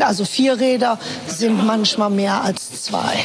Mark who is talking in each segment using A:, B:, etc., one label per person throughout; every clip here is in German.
A: Also vier Räder sind manchmal mehr als zwei.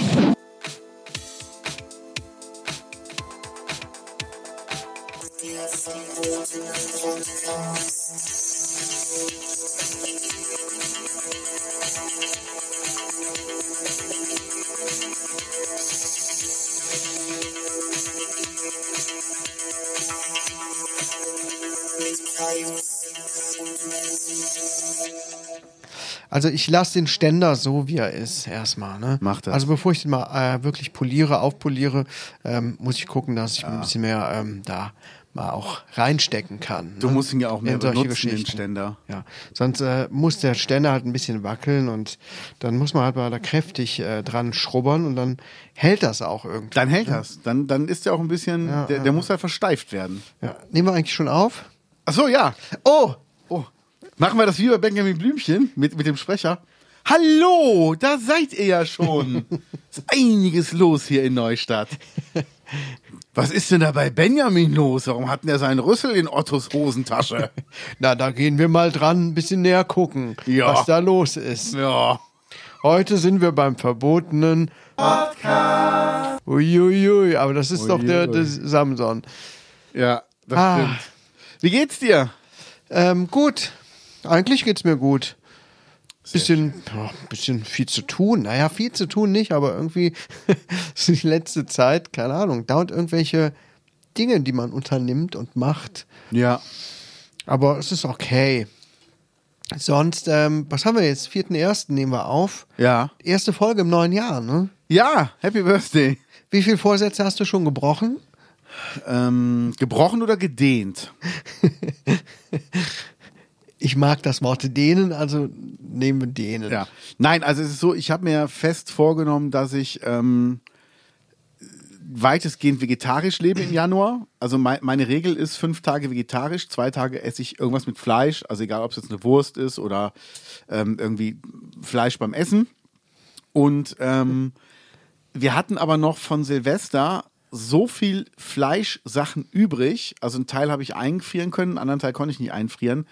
B: Also ich lasse den Ständer so, wie er ist, erstmal. Ne?
C: Mach das.
B: Also bevor ich den mal äh, wirklich poliere, aufpoliere, ähm, muss ich gucken, dass ich ein bisschen mehr ähm, da mal auch reinstecken kann.
C: Du
B: ne?
C: musst ihn ja auch mehr
B: In solche
C: benutzen, den
B: Geschichten.
C: Ständer.
B: Ja, sonst äh, muss der Ständer halt ein bisschen wackeln und dann muss man halt mal da kräftig äh, dran schrubbern und dann hält das auch irgendwie.
C: Dann hält das. Dann, dann ist der auch ein bisschen, der, der muss halt versteift werden.
B: Ja. Nehmen wir eigentlich schon auf?
C: Ach so, ja. Oh, oh. Machen wir das wie bei Benjamin Blümchen mit, mit dem Sprecher. Hallo, da seid ihr ja schon. ist einiges los hier in Neustadt. Was ist denn da bei Benjamin los? Warum hat denn er seinen Rüssel in Ottos Hosentasche?
B: Na, da gehen wir mal dran, ein bisschen näher gucken,
C: Ja.
B: was da los ist.
C: Ja.
B: Heute sind wir beim verbotenen Podcast. Uiuiui, aber das ist doch der, der Samson.
C: Ja, das
B: Ah.
C: stimmt. Wie geht's dir?
B: Ähm, gut, eigentlich geht's mir gut. Bisschen, ja, bisschen viel zu tun. Naja, viel zu tun nicht, aber irgendwie ist die letzte Zeit, keine Ahnung, dauert irgendwelche Dinge, die man unternimmt und macht.
C: Ja.
B: Aber es ist okay. Sonst, ähm, was haben wir jetzt? 4.1. nehmen wir auf.
C: Ja.
B: Erste Folge im neuen Jahr, ne?
C: Ja, Happy Birthday.
B: Wie viele Vorsätze hast du schon gebrochen?
C: Ähm, gebrochen oder gedehnt?
B: Ich mag das Wort denen, also nehmen wir denen.
C: Ja. Nein, also es ist so, ich habe mir fest vorgenommen, dass ich ähm, weitestgehend vegetarisch lebe im Januar. Also mei- meine Regel ist fünf Tage vegetarisch, zwei Tage esse ich irgendwas mit Fleisch, also egal ob es jetzt eine Wurst ist oder ähm, irgendwie Fleisch beim Essen. Und ähm, wir hatten aber noch von Silvester so viel Fleischsachen übrig. Also einen Teil habe ich einfrieren können, einen anderen Teil konnte ich nicht einfrieren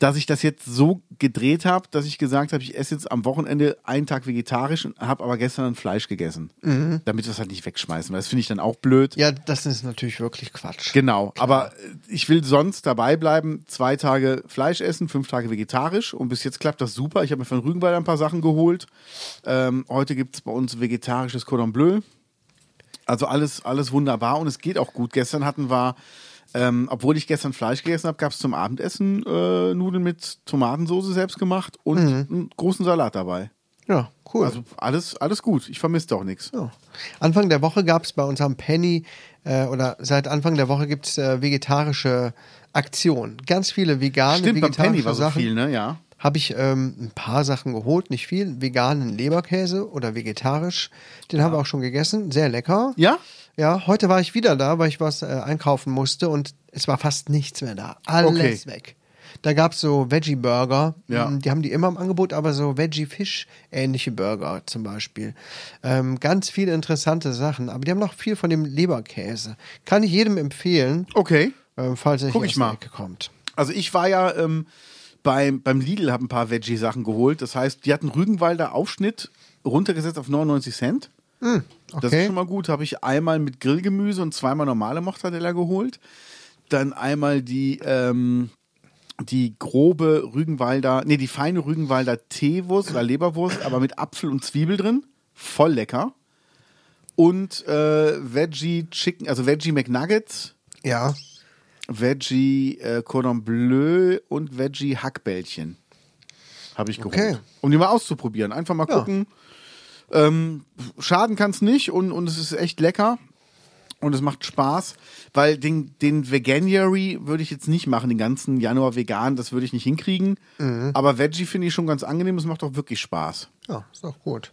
C: dass ich das jetzt so gedreht habe, dass ich gesagt habe, ich esse jetzt am Wochenende einen Tag vegetarisch und habe aber gestern dann Fleisch gegessen, damit wir es halt nicht wegschmeißen, weil das finde ich dann auch blöd.
B: Ja, das ist natürlich wirklich Quatsch.
C: Genau, aber äh, ich will sonst dabei bleiben, zwei Tage Fleisch essen, fünf Tage vegetarisch und bis jetzt klappt das super. Ich habe mir von Rügenwalder ein paar Sachen geholt. Ähm, heute gibt es bei uns vegetarisches Cordon Bleu. Also alles, alles wunderbar und es geht auch gut. Gestern hatten wir, ähm, obwohl ich gestern Fleisch gegessen habe, gab es zum Abendessen äh, Nudeln mit Tomatensoße selbst gemacht und einen großen Salat dabei.
B: Ja, Mhm. cool.
C: Also alles, alles gut. Ich vermisse doch nichts.
B: Ja. Anfang der Woche gab es bei unserem Penny äh, oder seit Anfang der Woche gibt es äh, vegetarische Aktionen. Ganz viele vegane,
C: Stimmt, beim
B: vegetarische
C: Penny war so
B: Sachen.
C: viel, ne? Ja.
B: Habe ich ähm, ein paar Sachen geholt, nicht viel. Veganen Leberkäse oder vegetarisch. Den haben wir auch schon gegessen. Sehr lecker.
C: Ja?
B: Ja, heute war ich wieder da, weil ich was äh, einkaufen musste und es war fast nichts mehr da. Alles
C: Okay.
B: weg. Da gab es so Veggie-Burger,
C: Ja.
B: Mm, die haben die immer im Angebot, aber so Veggie-Fisch-ähnliche Burger zum Beispiel. Ähm, ganz viele interessante Sachen, aber die haben noch viel von dem Leberkäse. Kann ich jedem empfehlen,
C: Okay.
B: äh, falls er
C: Guck
B: hier
C: ich
B: aus der
C: mal.
B: Ecke kommt.
C: Also ich war ja ähm, beim, beim Lidl, habe ein paar Veggie-Sachen geholt. Das heißt, die hatten Rügenwalder Aufschnitt runtergesetzt auf 99 Cent. Das ist
B: okay.
C: schon mal gut. Habe ich einmal mit Grillgemüse und zweimal normale Mortadella geholt. Dann einmal die, ähm, die grobe Rügenwalder, nee, die feine Rügenwalder Teewurst oder Leberwurst, aber mit Apfel und Zwiebel drin. Voll lecker. Und äh, Veggie Chicken, also Veggie McNuggets.
B: Ja,
C: Veggie äh, Cordon Bleu und Veggie Hackbällchen. Habe ich geholt.
B: Okay.
C: Um die mal auszuprobieren. Einfach mal gucken. Ähm, schaden kann es nicht und, und es ist echt lecker. Und es macht Spaß, weil den, den Veganuary würde ich jetzt nicht machen, den ganzen Januar vegan, das würde ich nicht hinkriegen. Aber Veggie finde ich schon ganz angenehm, es macht auch wirklich Spaß.
B: ja, ist doch gut.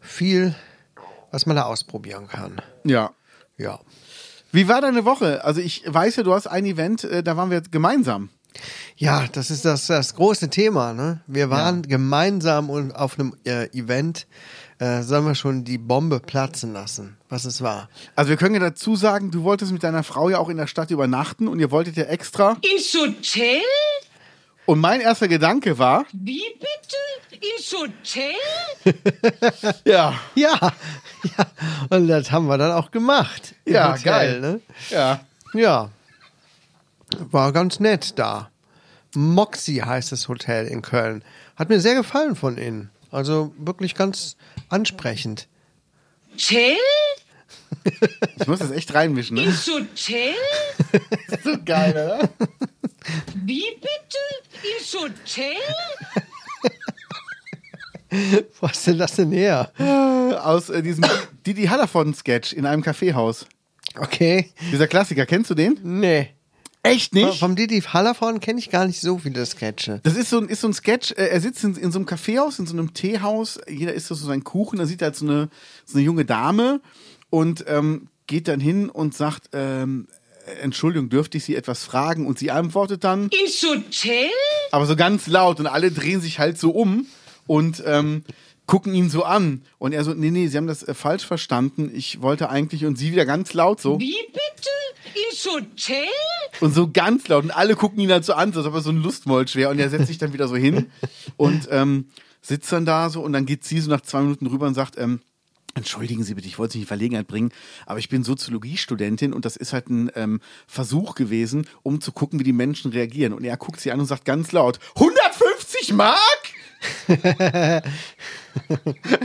B: Viel, was man da ausprobieren kann.
C: Ja.
B: Ja.
C: Wie war deine Woche? Also ich weiß ja, du hast ein Event, äh, da waren wir gemeinsam.
B: Ja, das ist das, das große Thema. Ne? Wir waren gemeinsam und auf einem äh, Event, äh, sollen wir schon die Bombe platzen lassen, was es war.
C: Also wir können ja dazu sagen, du wolltest mit deiner Frau ja auch in der Stadt übernachten und ihr wolltet ja extra.
D: Ins Hotel?
C: Und mein erster Gedanke war,
D: Wie bitte? Ins Hotel?
C: Ja,
B: Ja, ja. Und das haben wir dann auch gemacht. Im
C: Ja,
B: Hotel,
C: geil.
B: Ne?
C: ja.
B: Ja. War ganz nett da. Moxie heißt das Hotel in Köln. Hat mir sehr gefallen von Ihnen. Also wirklich ganz ansprechend.
D: Hotel?
C: Ich muss das echt reinmischen, ne?
D: Ins Hotel?
C: so geil, oder?
D: Wie bitte? Ins Hotel?
B: Wo ist denn das denn her?
C: Aus äh, diesem Didi Hallerford-Sketch in einem Kaffeehaus.
B: Okay.
C: Dieser Klassiker, kennst du den?
B: Nee.
C: Echt
B: Vom- Vom Didi Hallerfrauen kenne ich gar nicht so viele Sketche.
C: Das ist so ein, ist so ein Sketch. Äh, er sitzt in, in so einem Kaffeehaus, in so einem Teehaus. Jeder isst so seinen Kuchen. Da sieht er halt so eine, so eine junge Dame und ähm, geht dann hin und sagt: ähm, Entschuldigung, dürfte ich Sie etwas fragen? Und sie antwortet dann,
D: Ins Hotel?
C: aber so ganz laut. Und alle drehen sich halt so um und ähm, gucken ihn so an. Und er so: Nee, nee, Sie haben das äh, falsch verstanden. Ich wollte eigentlich. Und sie wieder ganz laut so.
D: Wie bitte? Ins Hotel?
C: Und so ganz laut. Und alle gucken ihn halt so an, als ob er so ein Lustmolch wäre. Und er setzt sich dann wieder so hin und ähm, sitzt dann da so. Und dann geht sie so nach zwei Minuten rüber und sagt, ähm, Entschuldigen Sie bitte, ich wollte Sie nicht in Verlegenheit bringen, aber ich bin Soziologiestudentin und das ist halt ein ähm, Versuch gewesen, um zu gucken, wie die Menschen reagieren. Und er guckt sie an und sagt ganz laut, 150 Mark?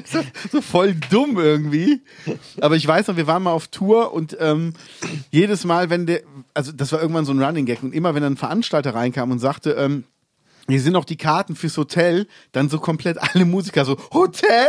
C: so, so voll dumm irgendwie. Aber ich weiß noch, wir waren mal auf Tour und ähm, jedes Mal, wenn der, also das war irgendwann so ein Running Gag und immer, wenn dann ein Veranstalter reinkam und sagte, ähm, hier sind noch die Karten fürs Hotel, dann so komplett alle Musiker so, Hotel?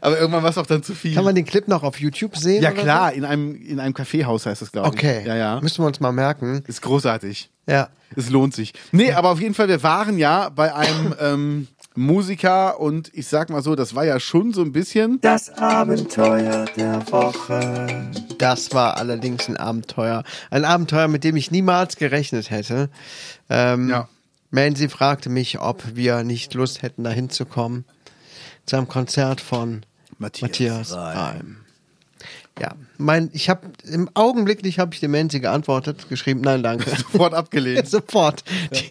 C: Aber irgendwann war es auch dann zu viel.
B: Kann man den Clip noch auf YouTube sehen?
C: ja
B: oder
C: klar, in einem, in einem Kaffeehaus heißt das,
B: so?
C: glaube ich.
B: Okay.
C: Ja, ja.
B: Müssen wir uns mal merken.
C: Ist großartig.
B: Ja.
C: Es lohnt sich. Nee, aber auf jeden Fall, wir waren ja bei einem ähm, Musiker und ich sag mal so, das war ja schon so ein bisschen.
E: Das Abenteuer der Woche.
B: Das war allerdings ein Abenteuer. Ein Abenteuer, mit dem ich niemals gerechnet hätte. Ähm,
C: Ja.
B: Mansi fragte mich, ob wir nicht Lust hätten, da hinzukommen. Zu einem Konzert von
C: Matthias
B: Matthias Reim. Ja, mein, ich habe im Augenblicklich habe ich dem Mansi geantwortet, geschrieben, nein, danke.
C: Sofort abgelehnt.
B: Sofort. Die-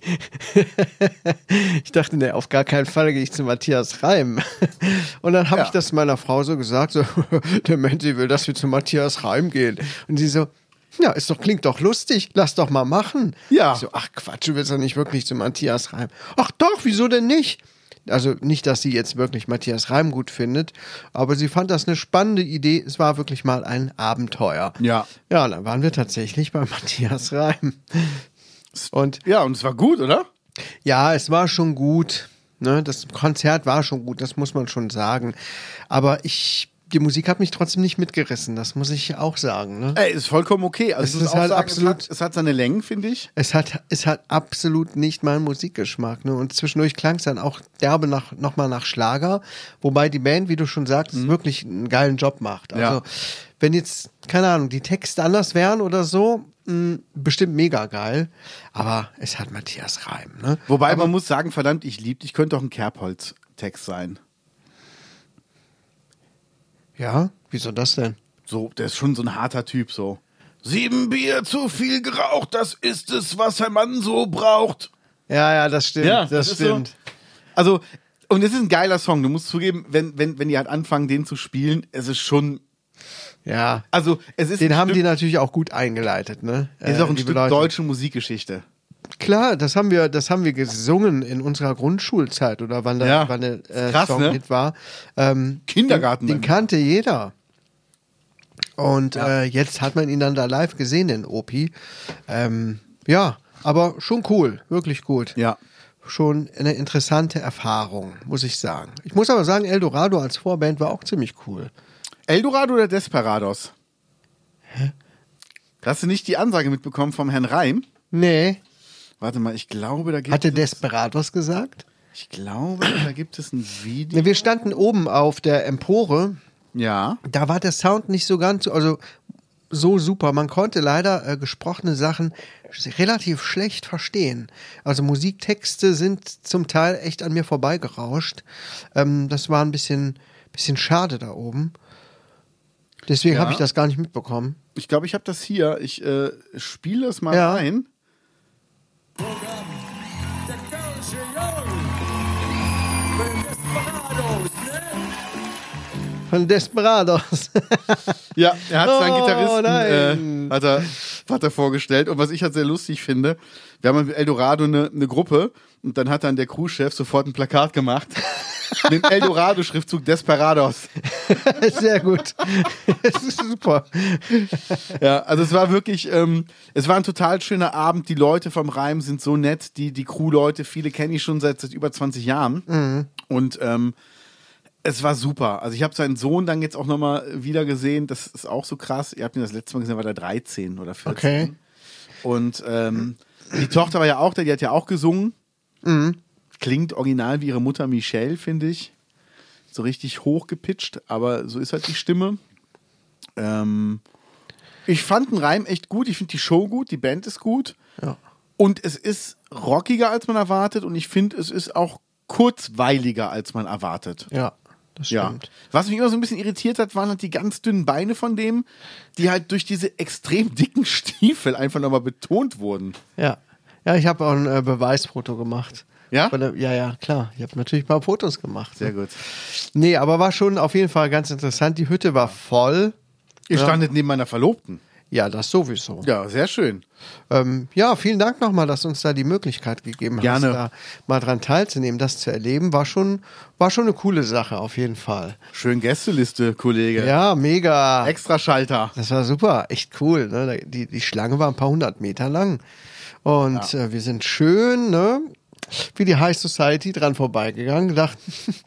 B: ich dachte, nee, auf gar keinen Fall gehe ich zu Matthias Reim. Und dann habe
C: Ja.
B: ich das meiner Frau so gesagt: so, Der Menti will, dass wir zu Matthias Reim gehen. Und sie so, ja, ist doch, klingt doch lustig, lass doch mal machen.
C: Ja.
B: Ich so, ach Quatsch, du willst doch nicht wirklich zu Matthias Reim. Ach doch, wieso denn nicht? Also nicht, dass sie jetzt wirklich Matthias Reim gut findet, aber sie fand das eine spannende Idee. Es war wirklich mal ein Abenteuer.
C: Ja.
B: Ja, und dann waren wir tatsächlich bei Matthias Reim. Und
C: Ja, und es war gut, oder?
B: ja, es war schon gut. Ne? Das Konzert war schon gut, das muss man schon sagen. Aber ich, die Musik hat mich trotzdem nicht mitgerissen, das muss ich auch sagen. Ne?
C: Ey, ist vollkommen okay. Also
B: Es
C: ich muss
B: ist
C: auch
B: halt
C: sagen,
B: absolut-
C: Es hat, es hat seine Längen, finde ich.
B: Es hat, es hat absolut nicht meinen Musikgeschmack. Ne? Und zwischendurch klang es dann auch derbe nach, nochmal nach Schlager. Wobei die Band, wie du schon sagst, wirklich einen geilen Job macht. Also,
C: Mhm. Ja.
B: wenn jetzt, keine Ahnung, die Texte anders wären oder so, mh, bestimmt mega geil. Aber es hat Matthias Reim. Ne?
C: Wobei man muss sagen, verdammt, ich lieb dich, könnte auch ein Kerbholz-Text sein.
B: Ja, wieso das denn?
C: So, der ist schon so ein harter Typ, so. Sieben Bier zu viel geraucht, das ist es, was ein Mann so braucht.
B: Ja, ja, das stimmt.
C: Ja,
B: das,
C: das ist so.
B: stimmt.
C: Also, und es ist ein geiler Song. Du musst zugeben, wenn, wenn, wenn die halt anfangen, den zu spielen, es ist schon.
B: Ja.
C: Also, es ist.
B: Den
C: ein
B: haben
C: Stück,
B: die natürlich auch gut eingeleitet, ne?
C: Es ist auch ein
B: liebe
C: Stück
B: Leute.
C: deutsche Musikgeschichte.
B: Klar, das haben wir, das haben wir gesungen in unserer Grundschulzeit oder wann der,
C: Ja.
B: wann der äh,
C: Krass,
B: Song
C: ne?
B: Hit war. Ähm,
C: Kindergarten
B: Den, den
C: bei mir.
B: kannte jeder. Und äh, jetzt hat man ihn dann da live gesehen, den Opi. Ähm, ja, aber schon cool, wirklich gut.
C: Ja.
B: Schon eine interessante Erfahrung, muss ich sagen. Ich muss aber sagen, Eldorado als Vorband war auch ziemlich cool.
C: Eldorado oder Desperados? Hä? Hast du nicht die Ansage mitbekommen vom Herrn Reim?
B: Nee.
C: Warte mal, ich glaube, da gibt
B: Hat der
C: es.
B: Desperados gesagt?
C: Ich glaube, da gibt es ein Video.
B: Ne, Wir standen oben auf der Empore.
C: Ja.
B: Da war der Sound nicht so ganz, also so super. Man konnte leider äh, gesprochene Sachen sch- relativ schlecht verstehen. Also Musiktexte sind zum Teil echt an mir vorbeigerauscht. Ähm, das war ein bisschen, bisschen schade da oben. Deswegen
C: Ja.
B: habe ich das gar nicht mitbekommen.
C: Ich glaube, ich habe das hier. Ich äh, spiele es mal
B: Ja.
C: ein.
F: Der Kölsch
B: Von Desperados.
C: Ja, er hat seinen
B: Oh,
C: Gitarristen
B: nein.
C: äh, hat er, hat er vorgestellt. Und was ich halt sehr lustig finde, wir haben mit Eldorado eine, eine Gruppe und dann hat dann der Crewchef sofort ein Plakat gemacht mit dem Eldorado-Schriftzug Desperados.
B: Sehr gut. Das ist super.
C: Ja, also es war wirklich, ähm, es war ein total schöner Abend. Die Leute vom Reim sind so nett, die, die Crew-Leute, viele kenne ich schon seit, seit über 20 Jahren.
B: Mhm.
C: Und ähm, es war super. Also ich habe seinen Sohn dann jetzt auch nochmal wieder gesehen. Das ist auch so krass. Ihr habt ihn das letzte Mal gesehen, war der 13 oder 14.
B: Okay.
C: Und ähm, die Tochter war ja auch da, die hat ja auch gesungen. Klingt original wie ihre Mutter Michelle, finde ich. So richtig hochgepitcht, aber so ist halt die Stimme. Ähm, ich fand den Reim echt gut, ich finde die Show gut, die Band ist gut. Und es ist rockiger, als man erwartet, und ich finde, es ist auch kurzweiliger, als man erwartet.
B: Ja, das stimmt.
C: Was mich immer so ein bisschen irritiert hat, waren halt die ganz dünnen Beine von dem, die halt durch diese extrem dicken Stiefel einfach nochmal betont wurden.
B: Ja. Ja, ich habe auch ein äh, Beweisfoto gemacht.
C: Ja?
B: Weil, äh, ja, ja, klar. Ich habe natürlich ein paar Fotos gemacht. ne?
C: Sehr gut.
B: Nee, aber war schon auf jeden Fall ganz interessant. Die Hütte war voll.
C: Ihr standet neben meiner Verlobten.
B: Ja, das sowieso.
C: Ja, sehr schön.
B: Ähm, ja, vielen Dank nochmal, dass du uns da die Möglichkeit gegeben hast,
C: Gerne.
B: da mal dran teilzunehmen, das zu erleben. War schon, war schon eine coole Sache, auf jeden Fall.
C: Schön Gästeliste, Kollege.
B: Ja, mega.
C: Extra Schalter.
B: Das war super, echt cool. Ne? Die, die Schlange war ein paar hundert Meter lang. Und äh, wir sind schön, ne? wie die High Society, dran vorbeigegangen. Gedacht,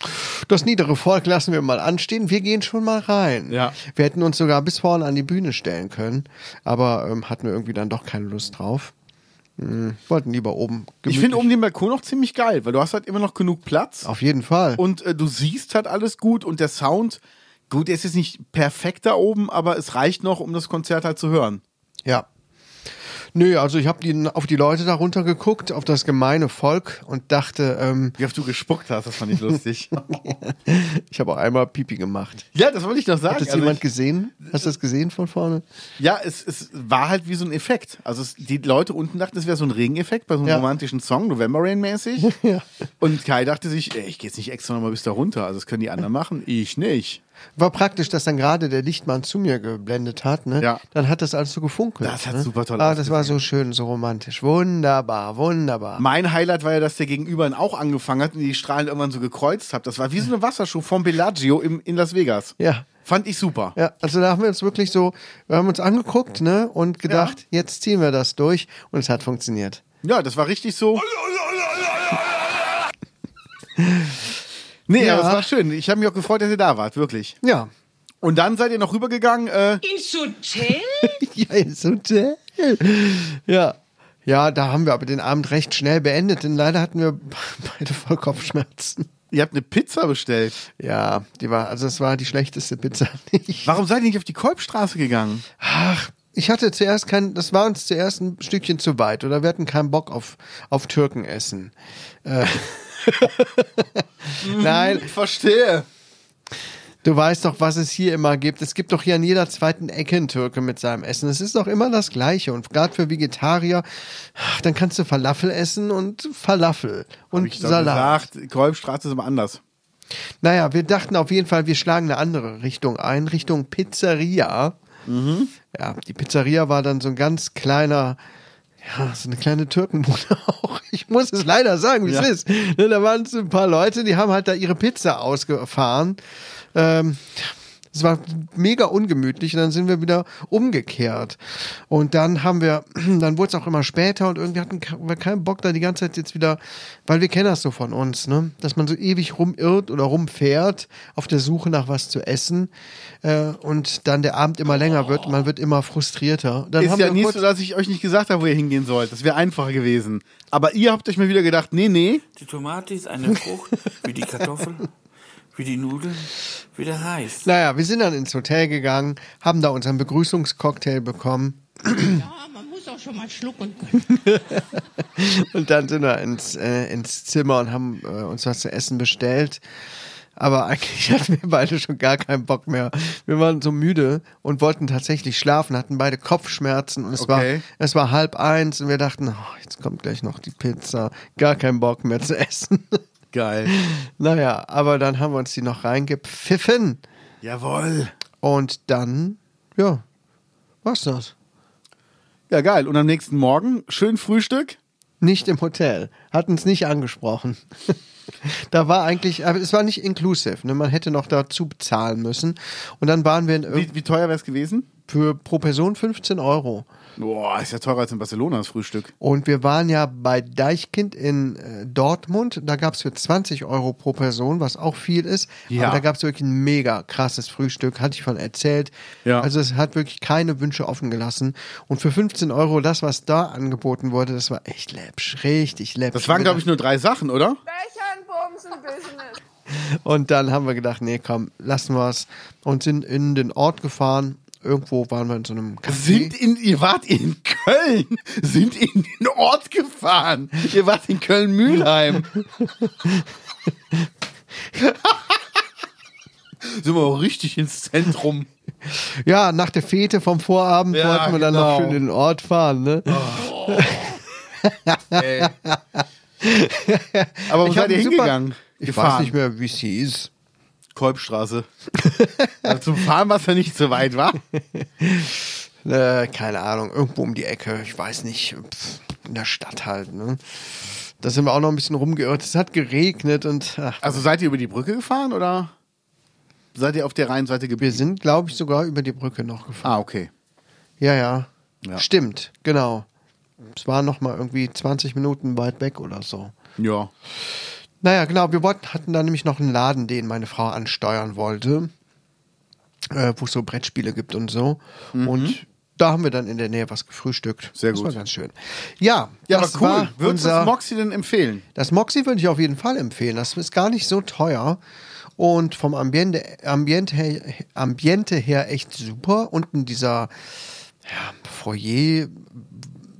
B: das niedere Volk lassen wir mal anstehen. Wir gehen schon mal rein.
C: Ja.
B: Wir hätten uns sogar bis vorne an die Bühne stellen können. Aber ähm, hatten wir irgendwie dann doch keine Lust drauf. Hm, wollten lieber oben
C: Ich finde oben den Balkon auch ziemlich geil, weil du hast halt immer noch genug Platz
B: Auf jeden Fall.
C: und äh, du siehst halt alles gut und der Sound, gut, der ist jetzt nicht perfekt da oben, aber es reicht noch, um das Konzert halt zu hören.
B: Ja. Nö, also ich habe auf die Leute darunter geguckt, auf das gemeine Volk und dachte, ähm,
C: Wie oft du gespuckt hast, das fand ich lustig.
B: ich habe auch einmal Pipi gemacht.
C: ja, das wollte ich noch sagen.
B: Hat das
C: Also
B: jemand
C: ich,
B: gesehen? Hast du das gesehen von vorne?
C: ja, es, es war halt wie so ein Effekt. Also es, die Leute unten dachten, es wäre so ein Regeneffekt bei so einem
B: Ja.
C: romantischen Song, November Rain mäßig. Und Kai dachte sich, ey, ich gehe jetzt nicht extra nochmal bis da runter. Also das können die anderen machen, ich nicht.
B: War praktisch, dass dann gerade der Lichtmann zu mir geblendet hat, ne?
C: Ja.
B: Dann hat das alles so gefunkelt.
C: Das hat
B: ne?
C: super toll
B: Ah, das war so schön, so romantisch. Wunderbar, wunderbar.
C: Mein Highlight war ja, dass der Gegenüber ihn auch angefangen hat und die Strahlen irgendwann so gekreuzt hat. Das war wie so eine Wassershow von Bellagio im, in Las Vegas.
B: Ja.
C: Fand ich super.
B: ja, also da haben wir uns wirklich so, wir haben uns angeguckt, ne? Und gedacht, jetzt ziehen wir das durch und es hat funktioniert.
C: Ja, das war richtig so. Nee,
B: Ja.
C: aber es war schön. Ich habe mich auch gefreut, dass ihr da wart, wirklich.
B: Ja.
C: Und dann seid ihr noch rübergegangen. Äh,
D: Ins Hotel?
B: Ja, ins Hotel. Ja. Ja, da haben wir aber den Abend recht schnell beendet, denn leider hatten wir beide voll Kopfschmerzen.
C: ihr habt eine Pizza bestellt.
B: Ja, die war, also es war die schlechteste Pizza. Ich,
C: Warum seid ihr nicht auf die Kolbstraße gegangen?
B: ach, ich hatte zuerst kein, das war uns zuerst ein Stückchen zu weit oder wir hatten keinen Bock auf, auf Türken essen. Äh, Nein,
C: Ich verstehe.
B: du weißt doch, was es hier immer gibt. Es gibt doch hier an jeder zweiten Ecke einen Türke mit seinem Essen. Es ist doch immer das Gleiche und gerade für Vegetarier, ach, dann kannst du Falafel essen und Falafel und
C: Ich
B: Salat.
C: Salat. Gesagt, Kolbstraße ist immer anders.
B: Naja, wir dachten auf jeden Fall, wir schlagen eine andere Richtung ein, Richtung Pizzeria. Ja, die Pizzeria war dann so ein ganz kleiner, ja, so eine kleine Türkenbude auch. Ich muss es leider sagen, wie
C: Ja.
B: es ist. Ne, da waren so ein paar Leute, die haben halt da ihre Pizza ausgefahren. Ähm, es war mega ungemütlich und dann sind wir wieder umgekehrt. Und dann haben wir, dann wurde es auch immer später und irgendwie hatten ke- wir keinen Bock da die ganze Zeit jetzt wieder, weil wir kennen das so von uns, ne? Dass man so ewig rumirrt oder rumfährt auf der Suche nach was zu essen äh, und dann der Abend immer länger wird und man wird immer frustrierter. Dann
C: Ist ja
B: wir
C: nicht
B: kurz-
C: so, dass ich euch nicht gesagt habe, wo ihr hingehen sollt. Das wäre einfacher gewesen. Aber ihr habt euch mal wieder gedacht, nee, nee,
F: Die Tomate ist eine Frucht, wie die Kartoffel, wie die Nudeln, wie der Reis.
B: Naja, wir sind dann ins Hotel gegangen, haben da unseren Begrüßungscocktail bekommen
D: Ja, man muss auch schon mal schlucken können.
B: und dann sind wir ins, äh, ins Zimmer und haben äh, uns was zu essen bestellt. Aber eigentlich hatten wir beide schon gar keinen Bock mehr. Wir waren so müde und wollten tatsächlich schlafen, hatten beide Kopfschmerzen und es,
C: Okay.
B: war, es war halb eins und wir dachten, oh, jetzt kommt gleich noch die Pizza. Gar keinen Bock mehr zu essen.
C: Geil.
B: naja, aber dann haben wir uns die noch reingepfiffen
C: Jawohl.
B: und dann, ja, war's das.
C: Ja, geil. Und am nächsten Morgen schön Frühstück.
B: Nicht im Hotel. Hat uns nicht angesprochen. da war eigentlich, aber es war nicht inclusive. Ne? Man hätte noch dazu bezahlen müssen. Und dann waren wir in, irg-
C: Wie, wie teuer wäre es gewesen?
B: für pro Person 15 Euro.
C: Boah, ist ja teurer als in Barcelona das Frühstück.
B: Und wir waren ja bei Deichkind in äh, Dortmund. Da gab es für 20 Euro pro Person, was auch viel ist.
C: Ja.
B: Aber da gab es wirklich ein mega krasses Frühstück, hatte ich von erzählt.
C: Ja.
B: Also es hat wirklich keine Wünsche offen gelassen. Und für 15 Euro, das, was da angeboten wurde, das war echt läppsch. Richtig läppsch.
C: Das waren, glaube ich, nur drei Sachen, oder?
G: Bechern, Bumsen, Business.
B: Und dann haben wir gedacht, nee, komm, lassen wir es. Und sind in den Ort gefahren. Irgendwo waren wir in so einem Café.
C: Sind in, ihr wart in Köln, sind in den Ort gefahren. Ihr wart in Köln-Mühlheim. sind wir auch richtig ins Zentrum.
B: Ja, nach der Fete vom Vorabend
C: Ja,
B: wollten wir dann noch
C: genau.
B: schön in den Ort fahren, ne?
C: Ey. Aber wo
B: Ich hab
C: seid ihr
B: einen super-
C: hingegangen?
B: Ich weiß
C: Gefahren.
B: nicht mehr, wie es hieß.
C: Kolbstraße. Also zum Fahren war es ja nicht so weit, war?
B: Äh, keine Ahnung, irgendwo um die Ecke, ich weiß nicht, pff, in der Stadt halt, ne? Da sind wir auch noch ein bisschen rumgeirrt. Es hat geregnet und ach,
C: Also seid ihr über die Brücke gefahren oder seid ihr auf der Rheinseite
B: wir
C: geblieben?
B: sind, glaube ich, sogar über die Brücke noch gefahren.
C: Ah, okay.
B: Ja, ja,
C: Ja.
B: Stimmt, genau. Es war noch mal irgendwie 20 Minuten weit weg oder so.
C: Ja.
B: Naja, genau, wir wollten, hatten da nämlich noch einen Laden, den meine Frau ansteuern wollte, äh, wo es so Brettspiele gibt und so. Und da haben wir dann in der Nähe was gefrühstückt.
C: Mhm. Sehr
B: das
C: gut.
B: war ganz schön. Ja,
C: Ja,
B: das
C: aber
B: war
C: cool. Würdest du
B: unser,
C: das Moxie denn empfehlen?
B: das Moxie würde ich auf jeden Fall empfehlen. Das ist gar nicht so teuer. Und vom Ambiente, Ambiente, her, Ambiente her echt super. Unten dieser ja, Foyer.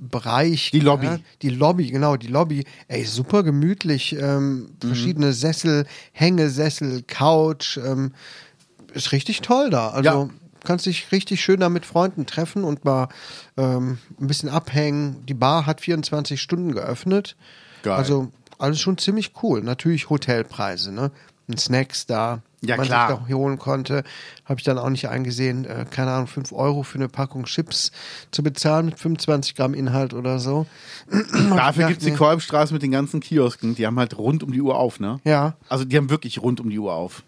B: Bereich.
C: Die Lobby.
B: Ja, die Lobby, genau, die Lobby. Ey, super gemütlich.
C: Mhm.
B: Ähm, Verschiedene Sessel, Hängesessel, Couch. Ähm, ist richtig toll da. Also
C: Ja.
B: kannst dich richtig schön da mit Freunden treffen und mal ähm, ein bisschen abhängen. Die Bar hat 24 Stunden geöffnet.
C: Geil.
B: Also alles schon ziemlich cool. Natürlich Hotelpreise, ne? Ein Snacks da,
C: Ja,
B: man
C: klar.
B: sich da holen konnte. Habe ich dann auch nicht eingesehen. Äh, keine Ahnung, 5 Euro für eine Packung Chips zu bezahlen mit 25 Gramm Inhalt oder so.
C: Dafür
B: Ja,
C: gibt es die
B: nee.
C: Kolbstraße mit den ganzen Kiosken. Die haben halt rund um die Uhr auf, ne?
B: Ja.
C: Also die haben wirklich rund um die Uhr auf.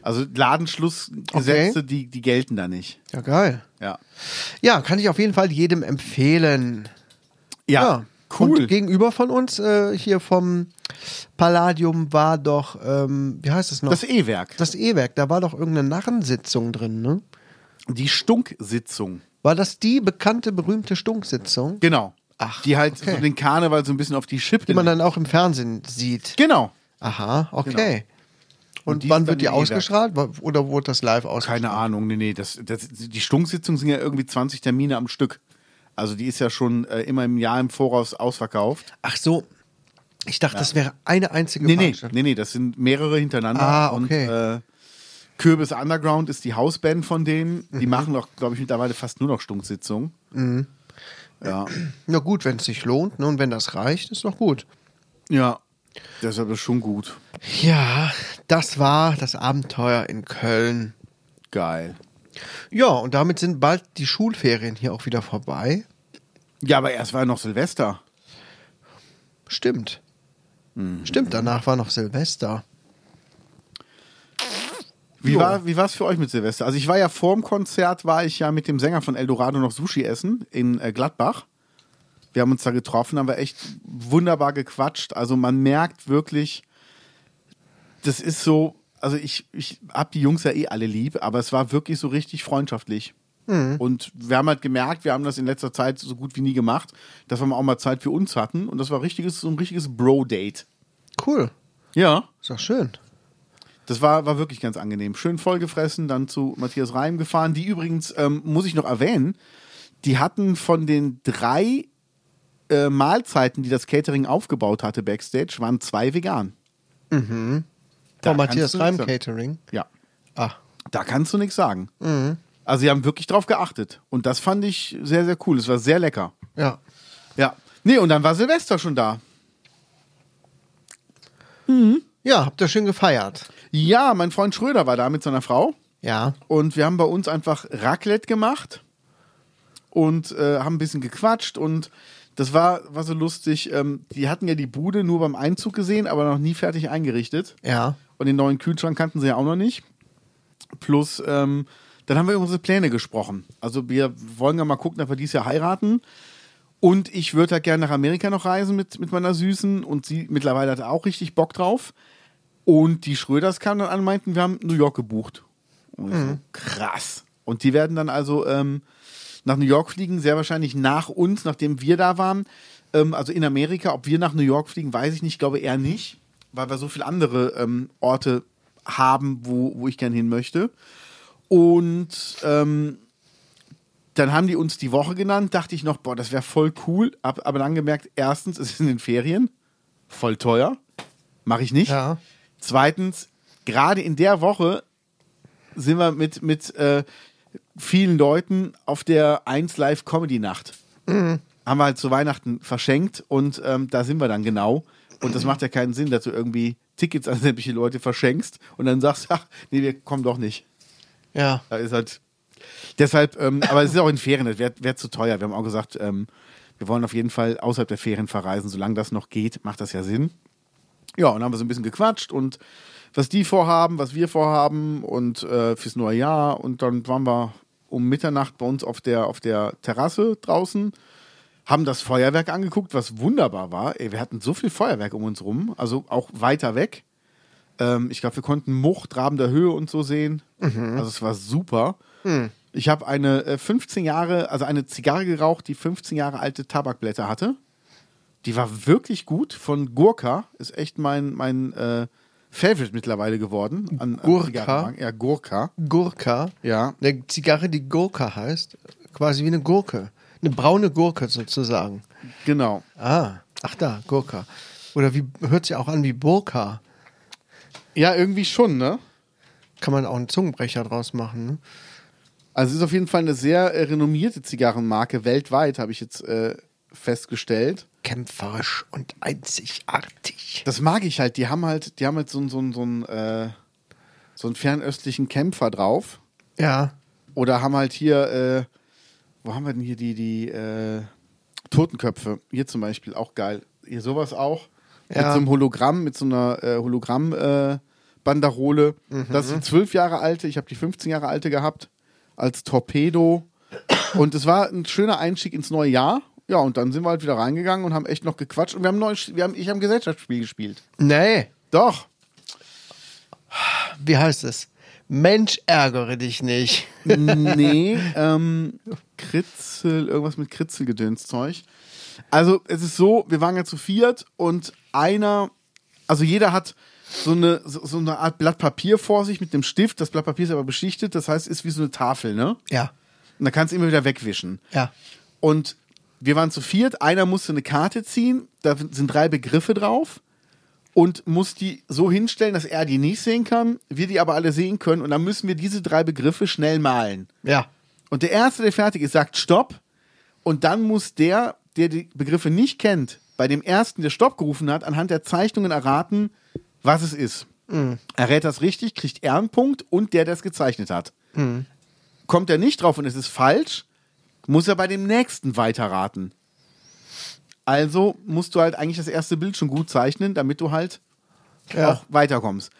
C: Also Ladenschlussgesetze, die, die gelten da nicht.
B: Ja, geil.
C: Ja.
B: Ja, kann ich auf jeden Fall jedem empfehlen.
C: Ja,
B: Und
C: cool.
B: gegenüber von uns, äh, hier vom Palladium, war doch, ähm, wie heißt es noch?
C: Das E-Werk.
B: Das E-Werk, da war doch irgendeine Narrensitzung drin, ne?
C: Die Stunksitzung.
B: War das die bekannte, berühmte Stunksitzung,
C: Genau.
B: Ach,
C: die halt
B: okay.
C: so den Karneval so ein bisschen auf die Schippe.
B: die man
C: nimmt.
B: dann auch im Fernsehen sieht?
C: genau.
B: Aha, okay. Und,
C: die
B: wann
C: ist dann
B: wird die
C: im E-Werk.
B: ausgestrahlt? Wa- Oder wurde das live ausgestrahlt?
C: Keine Ahnung, nee, nee. Das, das, die Stunksitzungen sind ja irgendwie 20 Termine am Stück. Also die ist ja schon äh, immer im Jahr im Voraus ausverkauft.
B: Ach so, ich dachte, das wäre eine einzige
C: Nee, nee,
B: Veranstaltung.
C: nee, nee, das sind mehrere hintereinander.
B: Ah, okay.
C: Und, äh, Kürbis Underground ist die Hausband von denen. Die
B: Mhm.
C: machen doch, glaube ich, mittlerweile fast nur noch Stunksitzungen. Ja.
B: Na gut, wenn es sich lohnt ne? und wenn das reicht, ist doch gut.
C: Ja. Deshalb ist schon gut.
B: Ja, das war das Abenteuer in Köln.
C: Geil.
B: Ja, und damit sind bald die Schulferien hier auch wieder vorbei.
C: Ja, aber erst war ja noch Silvester.
B: Stimmt. Stimmt, danach war noch Silvester.
C: Wie
B: Jo.
C: war wie war's für euch mit Silvester? Also ich war ja vorm Konzert, war ich ja mit dem Sänger von Eldorado noch Sushi essen in äh, Gladbach. Wir haben uns da getroffen, haben wir echt wunderbar gequatscht. Also man merkt wirklich, das ist so, also ich, ich hab die Jungs ja eh alle lieb, aber es war wirklich so richtig freundschaftlich. Und wir haben halt gemerkt, wir haben das in letzter Zeit so gut wie nie gemacht, dass wir auch mal Zeit für uns hatten. Und das war richtiges, so ein richtiges Bro-Date.
B: Cool.
C: Ja.
B: Ist doch schön.
C: Das war, war wirklich ganz angenehm. Schön vollgefressen, dann zu Matthias Reim gefahren. Die übrigens, ähm, muss ich noch erwähnen, die hatten von den drei äh, Mahlzeiten, die das Catering aufgebaut hatte backstage, waren zwei vegan.
B: Mhm. Von
C: kannst
B: Matthias
C: du nichts
B: Reim
C: sagen.
B: Catering.
C: Ja.
B: Ah,
C: Da kannst du nichts sagen.
B: Mhm.
C: Also, sie haben wirklich drauf geachtet. Und das fand ich sehr, sehr cool. Es war sehr lecker.
B: ja.
C: Ja. Nee, und dann war Silvester schon da.
B: Ja, habt ihr schön gefeiert.
C: Ja, mein Freund Schröder war da mit seiner Frau.
B: Ja.
C: Und wir haben bei uns einfach Raclette gemacht und äh, haben ein bisschen gequatscht und das war, war so lustig. Ähm, die hatten ja die Bude nur beim Einzug gesehen, aber noch nie fertig eingerichtet.
B: Ja.
C: Und den neuen Kühlschrank kannten sie ja auch noch nicht. Plus, ähm, dann haben wir über unsere Pläne gesprochen. Also wir wollen ja mal gucken, ob wir dieses Jahr heiraten. Und ich würde halt gerne nach Amerika noch reisen mit, mit meiner Süßen. Und sie mittlerweile hat auch richtig Bock drauf. Und die Schröders kamen dann an und meinten, wir haben New York gebucht. Und ich so, Krass. Und die werden dann also ähm, nach New York fliegen, sehr wahrscheinlich nach uns, nachdem wir da waren. Ähm, also in Amerika, ob wir nach New York fliegen, weiß ich nicht, glaube eher nicht, weil wir so viele andere ähm, Orte haben, wo, wo ich gerne hin möchte. Und ähm, dann haben die uns die Woche genannt, dachte ich noch, boah, das wäre voll cool. Hab aber dann gemerkt, erstens, es ist in den Ferien, voll teuer, mache ich nicht.
B: Ja.
C: Zweitens, gerade in der Woche sind wir mit, mit äh, vielen Leuten auf der 1 Live Comedy Nacht. Haben wir halt zu Weihnachten verschenkt und ähm, da sind wir dann genau. Und das macht ja keinen Sinn, dass du irgendwie Tickets an sämtliche Leute verschenkst und dann sagst, ach, nee, wir kommen doch nicht.
B: Ja.
C: Da ist halt. Deshalb, ähm, aber es ist auch in Ferien, das wäre wär zu teuer. Wir haben auch gesagt, ähm, wir wollen auf jeden Fall außerhalb der Ferien verreisen. Solange das noch geht, macht das ja Sinn. Ja, und dann haben wir so ein bisschen gequatscht und was die vorhaben, was wir vorhaben und äh, fürs neue Jahr. Und dann waren wir um Mitternacht bei uns auf der, auf der Terrasse draußen, haben das Feuerwerk angeguckt, was wunderbar war. Ey, wir hatten so viel Feuerwerk um uns rum, also auch weiter weg. Ähm, ich glaube, wir konnten Mucht, Raben der Höhe und so sehen. Also es war super. Ich habe eine äh, 15 Jahre, also eine Zigarre geraucht, die 15 Jahre alte Tabakblätter hatte. Die war wirklich gut. Von Gurka ist echt mein, mein äh, Favorite mittlerweile geworden. An, an
B: Gurka?
C: Zigarrenmarken. Ja, Gurka.
B: Gurka.
C: Ja.
B: Eine Zigarre, die Gurka heißt. Quasi wie eine Gurke. Eine braune Gurke sozusagen.
C: Genau.
B: Ah. Ach da, Gurka. Oder wie hört sich auch an wie Burka.
C: Ja, irgendwie schon, ne?
B: Kann man auch einen Zungenbrecher draus machen. Ne?
C: Also es ist auf jeden Fall eine sehr äh, renommierte Zigarrenmarke weltweit, habe ich jetzt äh, festgestellt.
B: Kämpferisch und einzigartig.
C: Das mag ich halt. Die haben halt, die haben halt so, einen- so, einen- so, einen, äh, so einen fernöstlichen Kämpfer drauf.
B: Ja.
C: Oder haben halt hier, äh, wo haben wir denn hier die, die äh, Totenköpfe? Hier zum Beispiel, auch geil. Hier sowas auch. Mit
B: Ja.
C: so einem Hologramm, mit so einer äh, Hologramm-Banderole. Das ist die 12 Jahre alte, ich habe die 15 Jahre alte gehabt, als Torpedo. Und es war ein schöner Einstieg ins neue Jahr. Ja, und dann sind wir halt wieder reingegangen und haben echt noch gequatscht. Und wir haben, neu, wir haben ich habe ein Gesellschaftsspiel gespielt.
B: Nee.
C: Doch.
B: Wie heißt es? Mensch, ärgere dich nicht.
C: nee, ähm, Kritzel, irgendwas mit Kritzelgedönszeug. Also, es ist so, wir waren ja zu viert und einer, also jeder hat so eine, so so eine Art Blatt Papier vor sich mit einem Stift. Das Blatt Papier ist aber beschichtet, das heißt, ist wie so eine Tafel, ne?
B: Ja.
C: Und da kannst du immer wieder wegwischen.
B: Ja.
C: Und wir waren zu viert, einer musste eine Karte ziehen, da sind drei Begriffe drauf und muss die so hinstellen, dass er die nicht sehen kann, wir die aber alle sehen können und dann müssen wir diese drei Begriffe schnell malen.
B: Ja.
C: Und der Erste, der fertig ist, sagt Stopp. Und dann muss der, der die Begriffe nicht kennt, bei dem Ersten, der Stopp gerufen hat, anhand der Zeichnungen erraten, was es ist. Errät das richtig, kriegt er einen Punkt und der, der es gezeichnet hat. Kommt er nicht drauf und es ist falsch, muss er bei dem Nächsten weiterraten. Also musst du halt eigentlich das erste Bild schon gut zeichnen, damit du halt
B: Ja.
C: auch weiterkommst.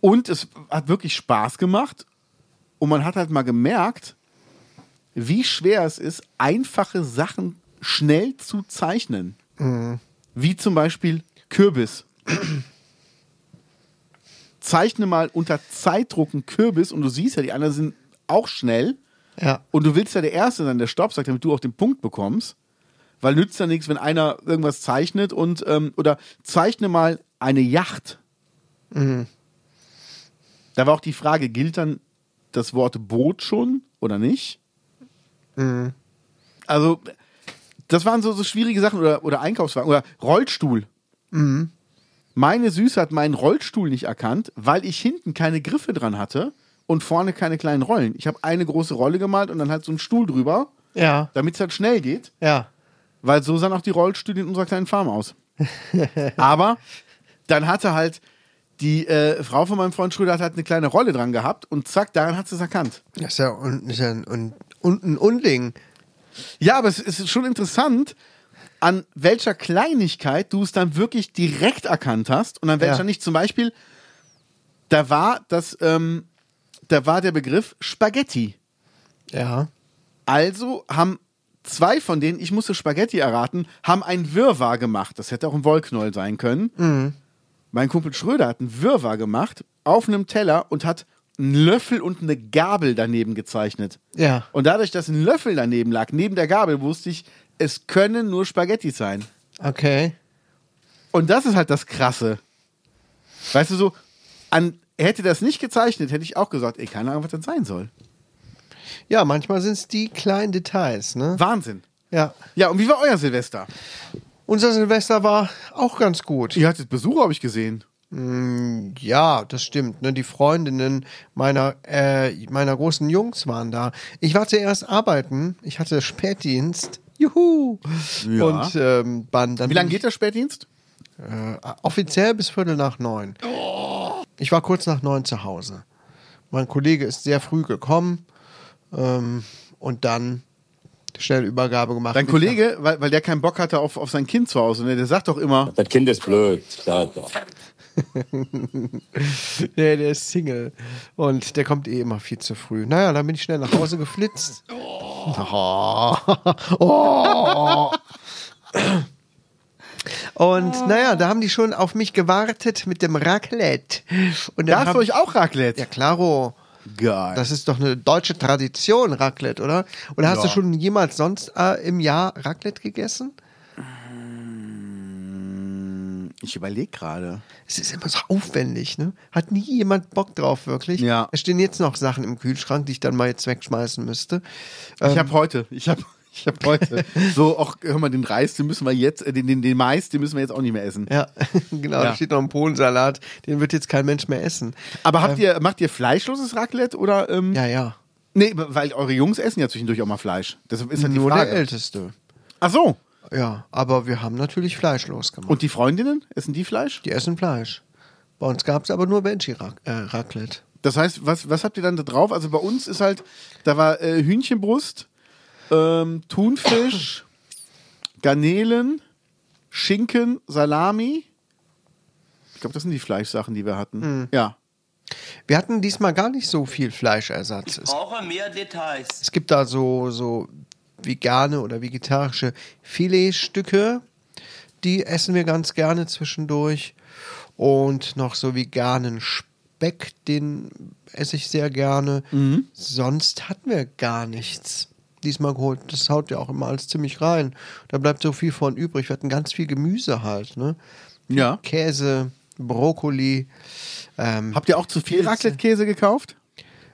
C: Und es hat wirklich Spaß gemacht. Und man hat halt mal gemerkt, wie schwer es ist, einfache Sachen schnell zu zeichnen. Wie zum Beispiel Kürbis. Zeichne mal unter Zeitdruck einen Kürbis und du siehst ja, die anderen sind auch schnell.
B: Ja.
C: Und du willst ja der Erste sein, der Stopp sagt, damit du auch den Punkt bekommst. Weil nützt ja nichts, wenn einer irgendwas zeichnet und ähm, oder zeichne mal eine Yacht. Da war auch die Frage, gilt dann das Wort Boot schon oder nicht? Also, das waren so, so schwierige Sachen oder, oder Einkaufswagen oder Rollstuhl. Meine Süße hat meinen Rollstuhl nicht erkannt, weil ich hinten keine Griffe dran hatte und vorne keine kleinen Rollen. Ich habe eine große Rolle gemalt und dann halt so einen Stuhl drüber,
B: Ja,
C: damit es halt schnell geht,
B: ja.
C: weil so sahen auch die Rollstühle in unserer kleinen Farm aus. Aber dann hatte halt die äh, Frau von meinem Freund Schröder hat halt eine kleine Rolle dran gehabt und zack, daran hat sie es erkannt.
B: Das ist ja, un, ist ja ein, un, un, ein Unding.
C: Ja, aber es ist schon interessant, an welcher Kleinigkeit du es dann wirklich direkt erkannt hast und an welcher
B: Ja.
C: nicht. Zum Beispiel, da war das, ähm, da war der Begriff Spaghetti.
B: Ja.
C: Also haben zwei von denen, ich musste Spaghetti erraten, haben einen Wirrwarr gemacht. Das hätte auch ein Wollknäuel sein können. Mein Kumpel Schröder hat einen Wirrwarr gemacht auf einem Teller und hat einen Löffel und eine Gabel daneben gezeichnet.
B: Ja.
C: Und dadurch, dass ein Löffel daneben lag, neben der Gabel, wusste ich, es können nur Spaghetti sein.
B: Okay.
C: Und das ist halt das Krasse. Weißt du, so, an, hätte das nicht gezeichnet, hätte ich auch gesagt, ey, keine Ahnung, was das sein soll.
B: Ja, manchmal sind es die kleinen Details, ne?
C: Wahnsinn.
B: Ja.
C: Ja, und wie war euer Silvester?
B: Unser Silvester war auch ganz gut.
C: Ihr hattet Besuch, habe ich gesehen.
B: Ja, das stimmt. Ne? Die Freundinnen meiner, äh, meiner großen Jungs waren da. Ich war zuerst arbeiten. Ich hatte Spätdienst. Juhu!
C: Ja.
B: Und ähm, dann, dann Äh,
C: Wie lange geht der Spätdienst?
B: offiziell bis Viertel nach neun.
C: Oh.
B: Ich war kurz nach neun zu Hause. Mein Kollege ist sehr früh gekommen ähm, und dann schnell Übergabe gemacht.
C: Dein Kollege, weil, weil der keinen Bock hatte auf, auf sein Kind zu Hause, ne? der sagt doch immer,
H: Das Kind ist blöd. Da, da.
B: Nee, der ist Single. Und der kommt eh immer viel zu früh. Naja, dann bin ich schnell nach Hause geflitzt. Oh. Oh. Und naja, da haben die schon auf mich gewartet mit dem Raclette. Und
C: da
B: dann
C: hast
B: hab-
C: du euch auch Raclette.
B: Ja, klaro.
C: Geil.
B: Das ist doch eine deutsche Tradition, Raclette, oder? Oder hast du schon jemals sonst äh, im Jahr Raclette gegessen?
C: ich überlege gerade.
B: Es ist immer so aufwendig, ne? Hat nie jemand Bock drauf, wirklich.
C: Ja.
B: Es stehen jetzt noch Sachen im Kühlschrank, die ich dann mal jetzt wegschmeißen müsste.
C: Ich
B: Ähm.
C: habe heute, ich habe ich hab heute so, auch hör mal, den Reis, den müssen wir jetzt, äh, den, den, den Mais, den müssen wir jetzt auch nicht mehr essen.
B: Ja, genau,
C: Ja.
B: da steht noch ein Polensalat, den wird jetzt kein Mensch mehr essen.
C: Aber habt ihr, macht ihr fleischloses Raclette oder? Ähm,
B: ähm. Ja, ja.
C: Nee, weil eure Jungs essen ja zwischendurch auch mal Fleisch. Deshalb ist halt die
B: Nur
C: Frage.
B: der Älteste.
C: Ach so.
B: Ja, aber wir haben natürlich fleischlos gemacht.
C: Und die Freundinnen, essen die Fleisch?
B: die essen Fleisch. Bei uns gab es aber nur äh, Veggie-Raclette.
C: Das heißt, was, was habt ihr dann da drauf? Also bei uns ist halt, da war äh, Hühnchenbrust, ähm, Thunfisch, Garnelen, Schinken, Salami. Ich glaube, das sind die Fleischsachen, die wir hatten.
B: Hm.
C: Ja.
B: Wir hatten diesmal gar nicht so viel Fleischersatz. Es,
I: Brauche mehr Details.
B: es gibt da so, so vegane oder vegetarische Filetstücke. Die essen wir ganz gerne zwischendurch. Und noch so veganen Speck, den esse ich sehr gerne. Sonst hatten wir gar nichts. Diesmal geholt, das haut ja auch immer alles ziemlich rein. Da bleibt so viel von übrig. Wir hatten ganz viel Gemüse halt, ne?
C: Ja.
B: Käse, Brokkoli, ähm,
C: Habt ihr auch zu viel Raclette-Käse gekauft?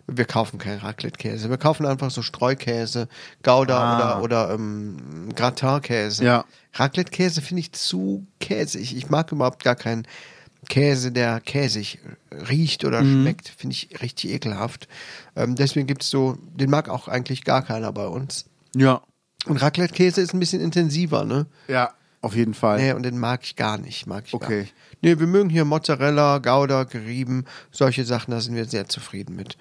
B: Wir kaufen keinen Raclette-Käse. Wir kaufen einfach so Streukäse, Gouda oder, oder ähm, Gratin-Käse.
C: Ja.
B: Raclette-Käse finde ich zu käsig. Ich mag überhaupt gar keinen Käse, der käsig riecht oder schmeckt. Finde ich richtig ekelhaft. Ähm, deswegen gibt es so, den mag auch eigentlich gar keiner bei uns.
C: Ja.
B: Und Raclette-Käse ist ein bisschen intensiver, ne?
C: Ja, auf jeden Fall.
B: Nee, und den mag ich gar nicht. Mag ich gar
C: Okay.
B: nicht. Nee, wir mögen hier Mozzarella, Gouda, gerieben, solche Sachen, da sind wir sehr zufrieden mit.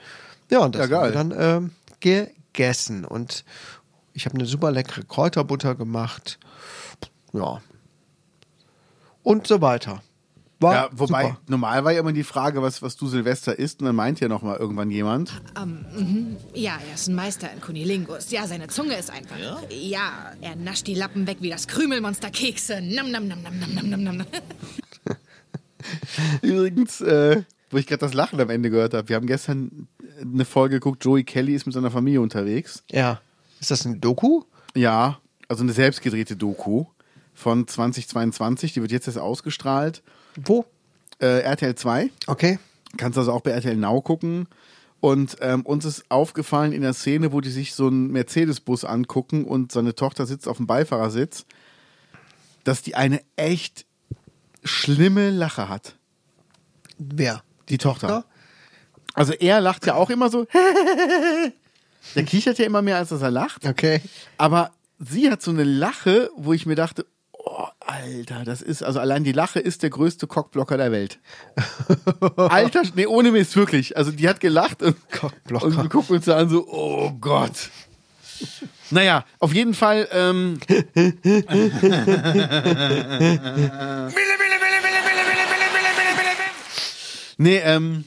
B: Ja, und das
C: Ja, geil.
B: haben wir dann ähm, gegessen. Und ich habe eine super leckere Kräuterbutter gemacht. Ja. Und so weiter. War
C: Ja, wobei,
B: super.
C: normal war ja immer die Frage, was, was du Silvester isst, und dann meint ja noch mal irgendwann jemand.
J: Ja, er ist ein Meister in Kunilingus. Ja, seine Zunge ist einfach. Ja? er nascht die Lappen weg wie das Krümelmonster Kekse. Nam, nam, nam, nam, nam, nam, nam, nam.
C: Übrigens, äh, wo ich gerade das Lachen am Ende gehört habe, wir haben gestern eine Folge geguckt, Joey Kelly ist mit seiner Familie unterwegs.
B: Ja. Ist das ein Doku?
C: Ja, also eine selbstgedrehte Doku von 2022, die wird jetzt erst ausgestrahlt.
B: Wo?
C: Äh, RTL 2,
B: Okay.
C: kannst also auch bei RTL Now gucken. Und ähm, uns ist aufgefallen in der Szene, wo die sich so einen Mercedes-Bus angucken und seine Tochter sitzt auf dem Beifahrersitz, dass die eine echt schlimme Lache hat.
B: Wer?
C: Die Tochter. Also er lacht ja auch immer so. Der kichert ja immer mehr, als dass er lacht.
B: Okay.
C: Aber sie hat so eine Lache, wo ich mir dachte, oh, Alter, das ist, also allein die Lache ist der größte Cockblocker der Welt. Alter, nee, ohne Mist, wirklich. Also die hat gelacht und,
B: Cockblocker.
C: und wir gucken uns da an so, oh Gott. Naja, auf jeden Fall, ähm, nee, ähm,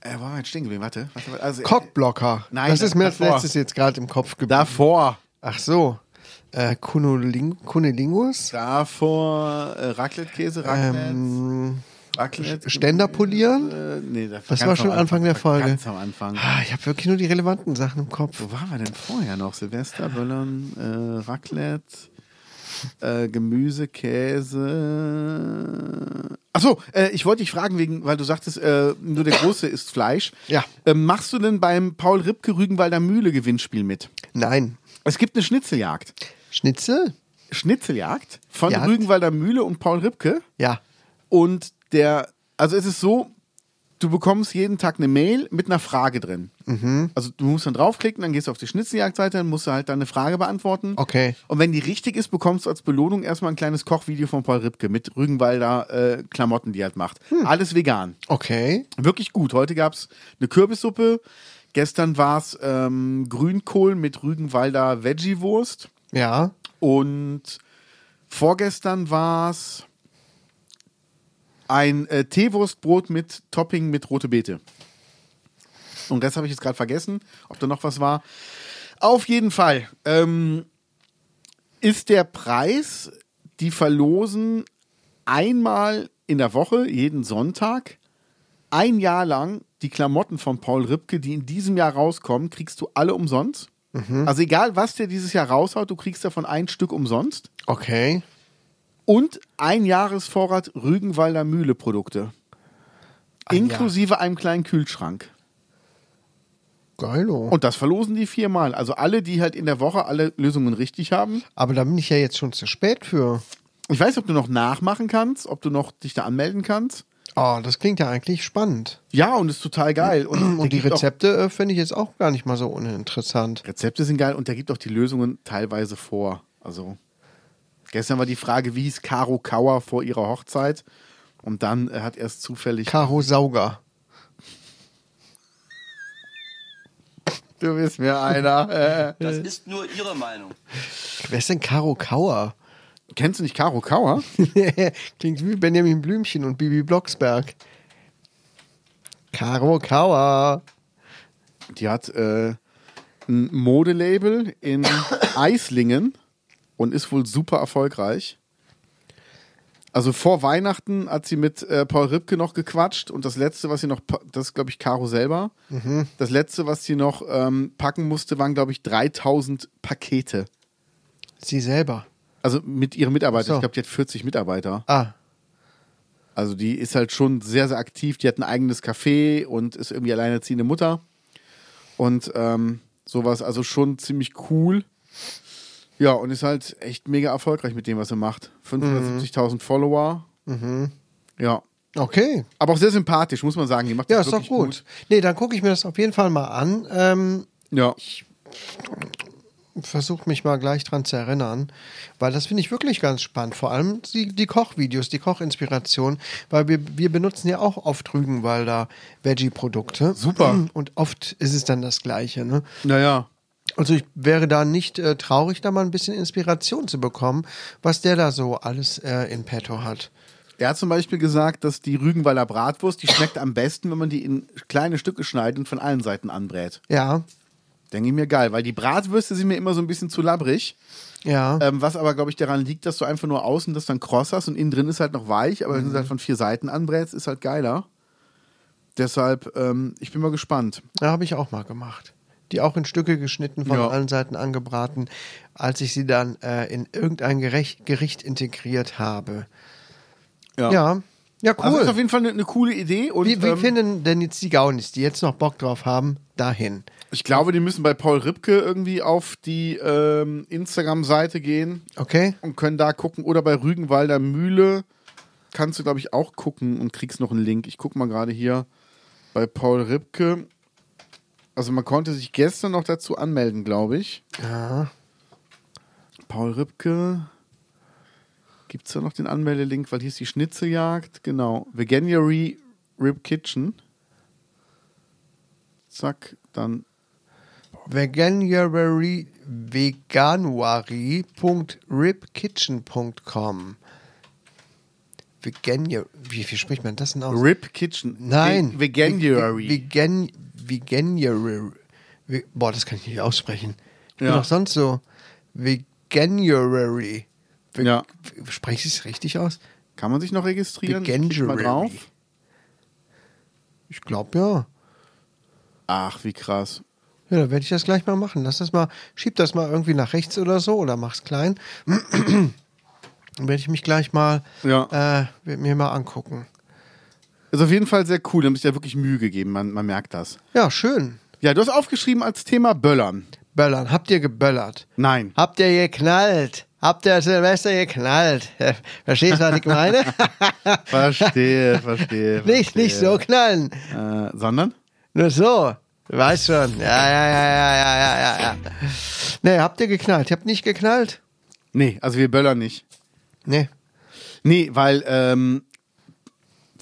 C: äh, wo waren wir jetzt stehen geblieben? Warte, warte, warte. Also,
B: Cockblocker.
C: Nein,
B: das
C: das-
B: ist mir als
C: davor.
B: letztes jetzt gerade im Kopf geblieben.
C: davor.
B: Ach so. Äh, Kunoling Kunelingus?
C: Davor äh, Raclette-Käse, Raclette. Raclette
B: Ähm, Ständer polieren?
C: Äh, nee, das
B: Das war schon Anfang der Folge.
C: Ganz am Anfang.
B: Ah, ich habe wirklich nur die relevanten Sachen im Kopf.
C: Wo waren wir denn vorher noch? Silvester, Böllern, äh, Raclette, äh, Gemüse, Käse. Achso, äh, ich wollte dich fragen, wegen, weil du sagtest, äh, nur der Große isst Fleisch.
B: Ja.
C: Äh, machst du denn beim Paul Ripke Rügenwalder Mühle Gewinnspiel mit?
B: Nein.
C: Es gibt eine Schnitzeljagd.
B: Schnitzel?
C: Schnitzeljagd von
B: Jagd?
C: Rügenwalder Mühle und Paul Ripke.
B: Ja.
C: Und der, also es ist so, du bekommst jeden Tag eine Mail mit einer Frage drin. Also du musst dann draufklicken, dann gehst du auf die Schnitzeljagdseite, dann musst du halt deine Frage beantworten.
B: Okay.
C: Und wenn die richtig ist, bekommst du als Belohnung erstmal ein kleines Kochvideo von Paul Ripke mit Rügenwalder äh, Klamotten, die er halt macht. Alles vegan.
B: Okay.
C: Wirklich gut. Heute gab es eine Kürbissuppe. Gestern war es ähm, Grünkohl mit Rügenwalder Veggiewurst.
B: Ja.
C: Und vorgestern war es ein äh, Teewurstbrot mit Topping mit rote Beete. Und das habe ich jetzt gerade vergessen, ob da noch was war. Auf jeden Fall ähm, ist der Preis, die verlosen einmal in der Woche, jeden Sonntag, ein Jahr lang die Klamotten von Paul Ripke, die in diesem Jahr rauskommen, kriegst du alle umsonst.
B: Mhm.
C: Also egal, was der dieses Jahr raushaut, du kriegst davon ein Stück umsonst.
B: Okay.
C: Und ein Jahresvorrat Rügenwalder Mühle-Produkte. Inklusive einem kleinen Kühlschrank.
B: Geilo.
C: Und das verlosen die viermal. Also alle, die halt in der Woche alle Lösungen richtig haben.
B: Aber da bin ich ja jetzt schon zu spät für.
C: Ich weiß, ob du noch nachmachen kannst, ob du noch dich da anmelden kannst.
B: Oh, das klingt ja eigentlich spannend.
C: Ja, und ist total geil. Und,
B: Und die
C: der gibt auch-
B: Rezepte äh, finde ich jetzt auch gar nicht mal so uninteressant.
C: Rezepte sind geil und der gibt auch die Lösungen teilweise vor. Also gestern war die Frage, wie hieß Caro Kauer vor ihrer Hochzeit? Und dann äh, hat erst zufällig.
B: Karo Sauger.
C: du bist mir einer. Äh.
I: Das ist nur Ihre Meinung.
B: Wer ist denn Karo Kauer?
C: Kennst du nicht Caro Kauer?
B: Klingt wie Benjamin Blümchen und Bibi Blocksberg. Karo Kauer.
C: Die hat äh, ein Modelabel in Eislingen und ist wohl super erfolgreich. Also vor Weihnachten hat sie mit äh, Paul Ripke noch gequatscht und das letzte, was sie noch, pa- das ist glaube ich Caro selber, das letzte, was sie noch ähm, packen musste, waren glaube ich 3000 Pakete.
B: Sie selber.
C: Also mit ihren Mitarbeitern.
B: So.
C: Ich glaube, die hat 40 Mitarbeiter.
B: Ah,
C: Also die ist halt schon sehr, sehr aktiv. Die hat ein eigenes Café und ist irgendwie alleinerziehende Mutter. Und ähm, sowas, also schon ziemlich cool. Ja, und ist halt echt mega erfolgreich mit dem, was er macht. 570.000
B: Mhm.
C: Follower. Ja.
B: okay.
C: Aber auch sehr sympathisch, muss man sagen. Die macht
B: Ja,
C: das
B: ist doch
C: wirklich
B: gut. Nee, dann gucke ich mir das auf jeden Fall mal an. Ähm,
C: gut. Ja.
B: Versuche mich mal gleich dran zu erinnern, weil das finde ich wirklich ganz spannend. Vor allem die, die Kochvideos, die Kochinspiration, weil wir, wir benutzen ja auch oft Rügenwalder Veggie-Produkte. Mhm.
C: Super.
B: Und oft ist es dann das Gleiche. Ne?
C: Naja.
B: Also ich wäre da nicht äh, traurig, da mal ein bisschen Inspiration zu bekommen, was der da so alles äh, in petto hat.
C: Er hat zum Beispiel gesagt, dass die Rügenwalder Bratwurst, die schmeckt am besten, wenn man die in kleine Stücke schneidet und von allen Seiten anbrät.
B: Ja,
C: Denke ich mir geil, weil die Bratwürste sind mir immer so ein bisschen zu labbrig.
B: ja.
C: Ähm, was aber, glaube ich, daran liegt, dass du einfach nur außen das dann kross hast und innen drin ist halt noch weich, aber wenn du es halt von vier Seiten anbrätst, ist halt geiler. Deshalb, ähm, ich bin mal gespannt.
B: Ja, habe ich auch mal gemacht. Die auch in Stücke geschnitten, von
C: Ja.
B: allen Seiten angebraten, als ich sie dann äh, in irgendein Gerech- Gericht integriert habe. Ja, ja,
C: Also
B: cool.
C: ist auf jeden Fall eine, eine coole Idee und
B: wie wie
C: ähm,
B: finden denn jetzt die Gaunis, die jetzt noch Bock drauf haben, dahin?
C: ich glaube, die müssen bei Paul Ripke irgendwie auf die ähm, Instagram-Seite gehen
B: Okay?
C: und können da gucken oder bei Rügenwalder Mühle kannst du, glaube ich, auch gucken und kriegst noch einen Link. Ich gucke mal gerade hier bei Paul Ripke. Also man konnte sich gestern noch dazu anmelden, glaube ich.
B: Ja.
C: Paul Ripke. Gibt es da noch den Anmeldelink? Weil hier ist die Schnitzeljagd. Genau. Veganuary Rib Kitchen. Zack, dann
B: Veganuary, veganuary.ribkitchen.com. Veganuary, wie, wie spricht man das denn aus?
C: Rib Kitchen.
B: Nein.
C: Ve- Veganuary.
B: Ve- Vegan, Veganuary. Ve- Boah, das kann ich nicht aussprechen. Ich bin
C: Ja.
B: auch sonst so. Veganuary. Ve
C: Ja.
B: Spreche ich es richtig aus?
C: Kann man sich noch registrieren? Klickt mal
B: Veganuary.
C: drauf.
B: Ich glaube ja.
C: Ach, wie krass.
B: Ja, dann werde ich das gleich mal machen. Lass das mal, schieb das mal irgendwie nach rechts oder so oder mach's klein. Dann werde ich mich gleich mal,
C: Ja.
B: äh, werd mir mal angucken.
C: Ist auf jeden Fall sehr cool. Da haben sich ja wirklich Mühe gegeben. Man, man merkt das.
B: Ja, schön.
C: Ja, du hast aufgeschrieben als Thema Böllern.
B: Böllern. Habt ihr geböllert?
C: Nein.
B: Habt ihr geknallt? Habt ihr Silvester geknallt? Äh, Verstehst du, was ich meine?
C: Verstehe, verstehe.
B: nicht, nicht so knallen.
C: Äh, sondern?
B: Nur so. Weiß schon. Ja, ja, ja, ja, ja, ja, ja, ja. Nee, habt ihr geknallt? Ihr habt nicht geknallt?
C: Nee, also wir böllern nicht.
B: Nee.
C: Nee, weil ähm,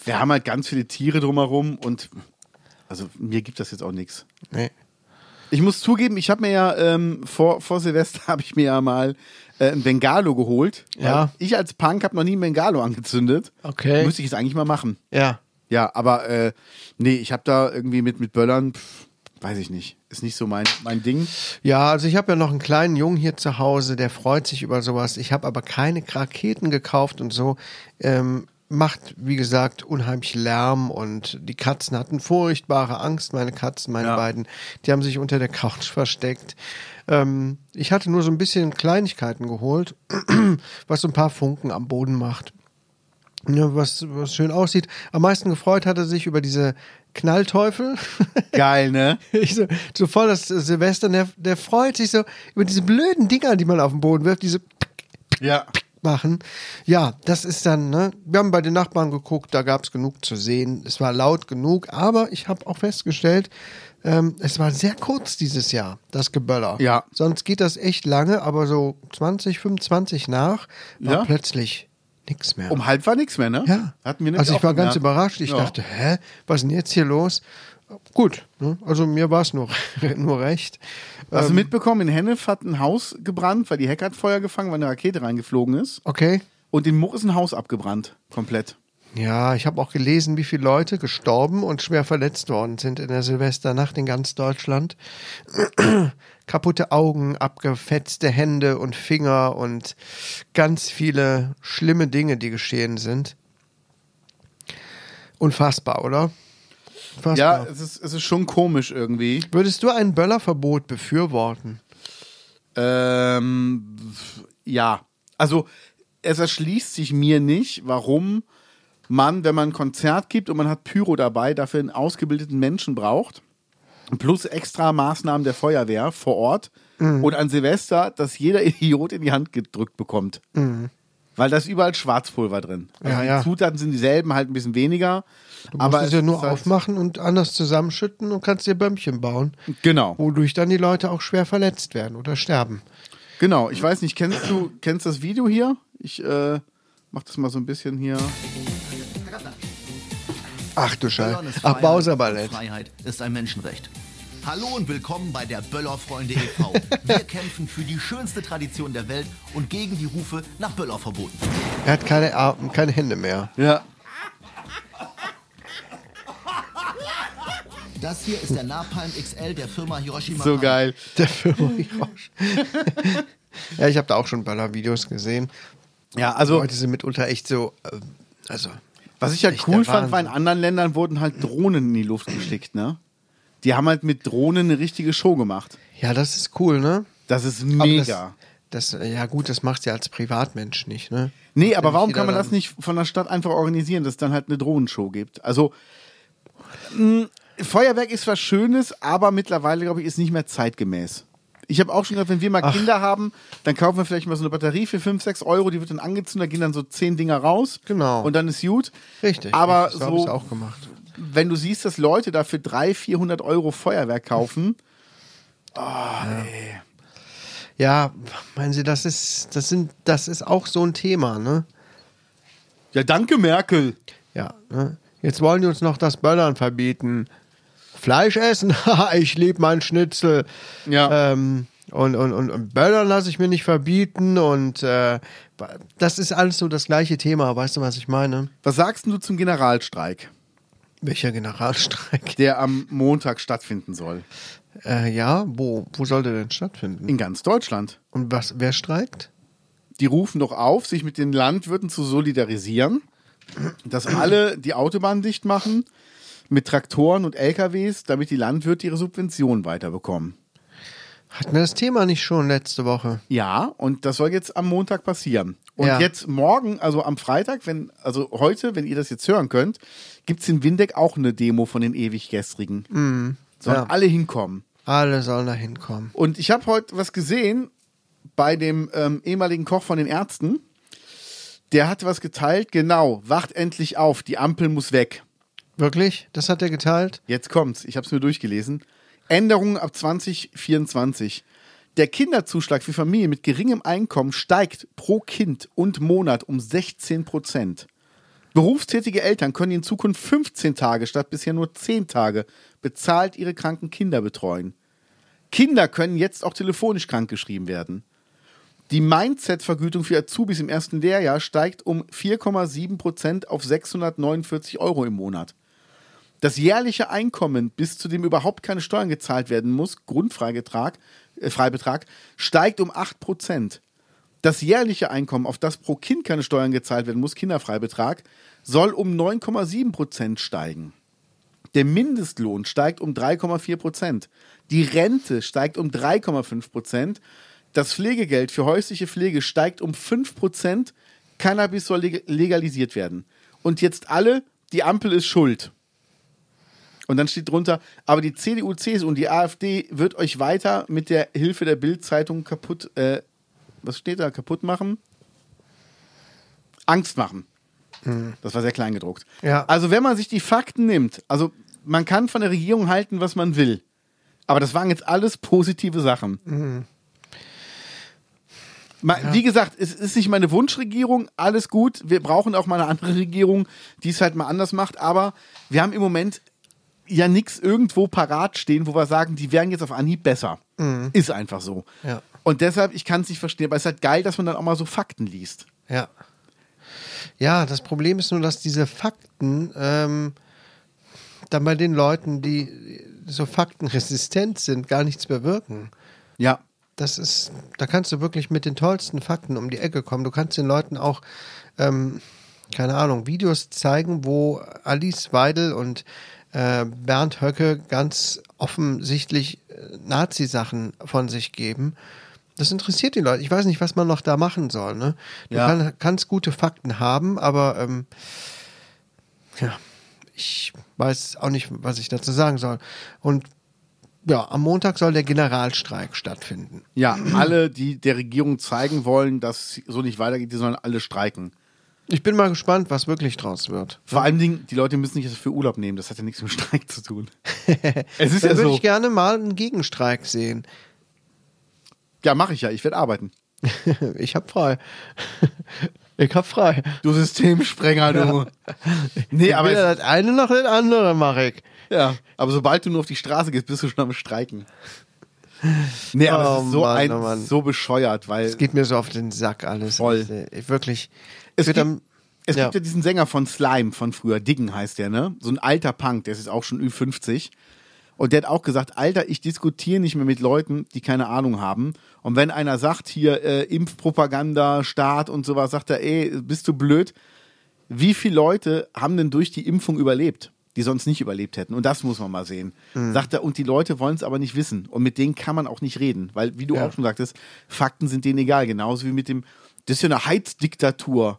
C: wir haben halt ganz viele Tiere drumherum und also mir gibt das jetzt auch nichts.
B: Nee.
C: Ich muss zugeben, ich habe mir ja ähm, vor, vor Silvester habe ich mir ja mal äh, ein Bengalo geholt.
B: Ja.
C: Weil Ich als Punk habe noch nie ein Bengalo angezündet.
B: Okay.
C: Müsste ich jetzt eigentlich mal machen.
B: Ja.
C: Ja, aber äh, nee, ich habe da irgendwie mit, mit Böllern, pff, weiß ich nicht. Ist nicht so mein, mein Ding.
B: Ja, also ich habe ja noch einen kleinen Jungen hier zu Hause, der freut sich über sowas. Ich habe aber keine Raketen gekauft und so. Ähm, macht, wie gesagt, unheimlich Lärm und die Katzen hatten furchtbare Angst, meine Katzen, meine
C: Ja.
B: beiden. Die haben sich unter der Couch versteckt. Ähm, ich hatte nur so ein bisschen Kleinigkeiten geholt, was so ein paar Funken am Boden macht. Ja, was, was schön aussieht. Am meisten gefreut hat er sich über diese Knallteufel.
C: Geil, ne?
B: Ich so, so voll das äh, Silvester, der, der freut sich so über diese blöden Dinger, die man auf den Boden wirft, diese
C: Ja.
B: machen. Ja, das ist dann, ne? Wir haben bei den Nachbarn geguckt, da gab es genug zu sehen. Es war laut genug, aber ich habe auch festgestellt, ähm, es war sehr kurz dieses Jahr, das Geböller.
C: Ja.
B: Sonst geht das echt lange, aber so 20, 25 nach war
C: Ja.
B: plötzlich nichts mehr.
C: Um halb war nichts mehr, ne?
B: Ja.
C: Hatten wir nämlich
B: also ich
C: auch
B: war ganz
C: gemerkt.
B: überrascht. Ich
C: Ja.
B: dachte, hä, was ist denn jetzt hier los? Gut, ne? also mir war es nur, nur recht. Äh,
C: Hast
B: ähm,
C: du mitbekommen, in Hennef hat ein Haus gebrannt, weil die Hecke hat Feuer gefangen, weil eine Rakete reingeflogen ist.
B: Okay.
C: Und in Moch ist ein Haus abgebrannt. Komplett.
B: Ja, ich habe auch gelesen, wie viele Leute gestorben und schwer verletzt worden sind in der Silvesternacht in ganz Deutschland. Kaputte Augen, abgefetzte Hände und Finger und ganz viele schlimme Dinge, die geschehen sind. Unfassbar, oder?
C: Ja,
B: Unfassbar.
C: es ist, es ist schon komisch irgendwie.
B: Würdest du ein Böllerverbot befürworten?
C: Ähm, ja. Also, es erschließt sich mir nicht, warum man, wenn man ein Konzert gibt und man hat Pyro dabei, dafür einen ausgebildeten Menschen braucht. Plus extra Maßnahmen der Feuerwehr vor Ort
B: Mhm.
C: und an Silvester, dass jeder Idiot in die Hand gedrückt bekommt. Weil da ist überall Schwarzpulver drin. Also
B: Mhm. Ja,
C: die
B: ja.
C: Zutaten sind dieselben, halt ein bisschen weniger.
B: Du musst
C: aber
B: es ja
C: ist
B: nur
C: halt-
B: aufmachen und anders zusammenschütten und kannst dir Bömmchen bauen,
C: Genau.
B: wodurch dann die Leute auch schwer verletzt werden oder sterben.
C: Genau, ich weiß nicht, kennst du kennst das Video hier? Ich äh, mach das mal so ein bisschen hier.
B: Ach du
I: Böllern
B: Scheiße.
I: ist
B: Ach,
I: Freiheit.
B: Bowser-Ballett.
I: Freiheit ist ein Menschenrecht. Hallo und willkommen bei der Böllerfreunde e.V. Wir kämpfen für die schönste Tradition der Welt und gegen die Rufe nach Böllerverboten.
B: Er hat keine, Arme, keine Hände mehr.
C: Ja.
I: Das hier ist der Napalm XL der Firma Hiroshima.
C: So geil.
B: Der Firma Rausch. ja, ich habe da auch schon Baller-Videos gesehen.
C: Ja, also
B: Leute sind mitunter echt so. ähm, Also,
C: was ich ja
B: echt der
C: cool fand, war in
B: Wahnsinn.
C: anderen Ländern wurden halt Drohnen in die Luft geschickt, ne? Die haben halt mit Drohnen eine richtige Show gemacht.
B: Ja, das ist cool, ne?
C: Das ist
B: Aber
C: mega.
B: Das, das, ja, gut, das machst du ja als Privatmensch nicht, ne?
C: nee, aber
B: Wenn
C: warum
B: jeder
C: kann man das
B: dann-
C: nicht von der Stadt einfach organisieren, dass es dann halt eine Drohnenshow gibt? Also hm, mh, Feuerwerk ist was Schönes, aber mittlerweile glaube ich ist nicht mehr zeitgemäß. Ich habe auch schon gedacht, wenn wir mal Kinder haben, dann kaufen wir vielleicht mal so eine Batterie für 5, 6 Euro, die wird dann angezündet, da gehen dann so 10 Dinger raus.
B: Genau.
C: Und dann ist gut.
B: Richtig.
C: Aber
B: das habe
C: so,
B: ich auch gemacht.
C: wenn du siehst, dass Leute dafür 300, 400 Euro Feuerwerk kaufen,
B: Ja, meinen Sie, das ist, das sind, das ist auch so ein Thema, ne?
C: ja, danke Merkel.
B: Ja. Ne? Jetzt wollen die uns noch das Böllern verbieten. Fleisch essen, haha, ich liebe meinen Schnitzel.
C: Ja.
B: Ähm, und, und, und, und Böllern lasse ich mir nicht verbieten. Und äh, das ist alles so das gleiche Thema, weißt du, was ich meine?
C: Was sagst denn du zum Generalstreik,
B: Welcher Generalstreik?
C: der am Montag stattfinden soll?
B: Äh, ja, wo, wo soll der denn stattfinden?
C: In ganz Deutschland.
B: Und was, wer streikt?
C: die rufen doch auf, sich mit den Landwirten zu solidarisieren, dass alle die Autobahn dicht machen mit Traktoren und LKWs, damit die Landwirte ihre Subventionen weiterbekommen.
B: Hatten wir das Thema nicht schon letzte Woche?
C: Ja, und das soll jetzt am Montag passieren. Und
B: Ja.
C: jetzt morgen, also am Freitag, wenn, also heute, wenn ihr das jetzt hören könnt, gibt es in Windeck auch eine Demo von den Ewiggestrigen. Sollen
B: Mhm. ja.
C: alle hinkommen.
B: Alle sollen da hinkommen.
C: Und ich habe heute was gesehen bei dem ähm, ehemaligen Koch von den Ärzten. Der hat was geteilt. Genau, wacht endlich auf, die Ampel muss weg.
B: Wirklich? Das hat er geteilt?
C: Jetzt kommt's, ich habe es mir durchgelesen. Änderungen ab 2024. Der Kinderzuschlag für Familien mit geringem Einkommen steigt pro Kind und Monat um 16 Prozent. Berufstätige Eltern können in Zukunft 15 Tage statt bisher nur 10 Tage bezahlt ihre kranken Kinder betreuen. Kinder können jetzt auch telefonisch krankgeschrieben werden. Die Mindset-Vergütung für Azubis im ersten Lehrjahr steigt um 4,7 Prozent auf 649 Euro im Monat. Das jährliche Einkommen, bis zu dem überhaupt keine Steuern gezahlt werden muss, Grundfreibetrag, äh, Freibetrag, steigt um 8%. Das jährliche Einkommen, auf das pro Kind keine Steuern gezahlt werden muss, Kinderfreibetrag, soll um 9,7% steigen. Der Mindestlohn steigt um 3,4 Prozent. Die Rente steigt um 3,5 Prozent. Das Pflegegeld für häusliche Pflege steigt um 5 Prozent. Cannabis soll leg- legalisiert werden. Und jetzt alle, die Ampel ist schuld. Und dann steht drunter, aber die CDU, CSU und die AfD wird euch weiter mit der Hilfe der Bild-Zeitung kaputt, äh, was steht da, kaputt machen? Angst machen. Das war sehr klein gedruckt.
B: Ja.
C: Also wenn man sich die Fakten nimmt, also man kann von der Regierung halten, was man will. Aber das waren jetzt alles positive Sachen. Ma- Wie gesagt, es ist nicht meine Wunschregierung, alles gut. Wir brauchen auch mal eine andere Regierung, die es halt mal anders macht. Aber wir haben im Moment ja nichts irgendwo parat stehen, wo wir sagen, die wären jetzt auf Anhieb besser. Ist einfach so.
B: Ja.
C: Und deshalb, ich kann es nicht verstehen, aber es ist halt geil, dass man dann auch mal so Fakten liest.
B: Ja. Ja, das Problem ist nur, dass diese Fakten ähm, dann bei den Leuten, die so faktenresistent sind, gar nichts bewirken.
C: Ja.
B: Das ist, da kannst du wirklich mit den tollsten Fakten um die Ecke kommen. Du kannst den Leuten auch, ähm, keine Ahnung, Videos zeigen, wo Alice Weidel und äh, Bernd Höcke ganz offensichtlich äh, Nazi-Sachen von sich geben. Das interessiert die Leute. Ich weiß nicht, was man noch da machen soll. Ne? Du
C: Ja.
B: kann, kannst gute Fakten haben, aber ähm, ja, ich weiß auch nicht, was ich dazu sagen soll. Und ja, am Montag soll der Generalstreik stattfinden.
C: Ja, alle, die der Regierung zeigen wollen, dass es so nicht weitergeht, die sollen alle streiken.
B: Ich bin mal gespannt, was wirklich draus wird.
C: Vor allen Dingen, die Leute müssen nicht das für Urlaub nehmen, das hat ja nichts mit Streik zu tun. es ist
B: Da
C: ja
B: würde
C: so.
B: ich gerne mal einen Gegenstreik sehen.
C: Ja, mache ich ja, ich werde arbeiten.
B: Ich hab frei. Ich hab frei.
C: Du Systemsprenger, du. Nee, aber,
B: Weder
C: es,
B: das eine noch das andere mache ich.
C: ja, aber sobald du nur auf die Straße gehst, bist du schon am Streiken. Nee, aber es
B: Oh
C: ist so,
B: Mann,
C: ein,
B: oh Mann.
C: so bescheuert, weil
B: Es geht mir so auf den Sack alles.
C: Voll.
B: Ich, äh, wirklich.
C: Es,
B: wird
C: gibt,
B: am-
C: es
B: ja.
C: gibt ja diesen Sänger von Slime von früher, Diggen heißt der, ne? So ein alter Punk, der ist jetzt auch schon über 50. Und der hat auch gesagt, Alter, ich diskutiere nicht mehr mit Leuten, die keine Ahnung haben. Und wenn einer sagt, hier äh, Impfpropaganda, Staat und sowas, sagt er, ey, bist du blöd? Wie viele Leute haben denn durch die Impfung überlebt, die sonst nicht überlebt hätten? Und das muss man mal sehen. Sagt er, und die Leute wollen es aber nicht wissen. Und mit denen kann man auch nicht reden. Weil, wie du auch schon sagtest, Fakten sind denen egal. Genauso wie mit dem, das ist ja eine Heizdiktatur.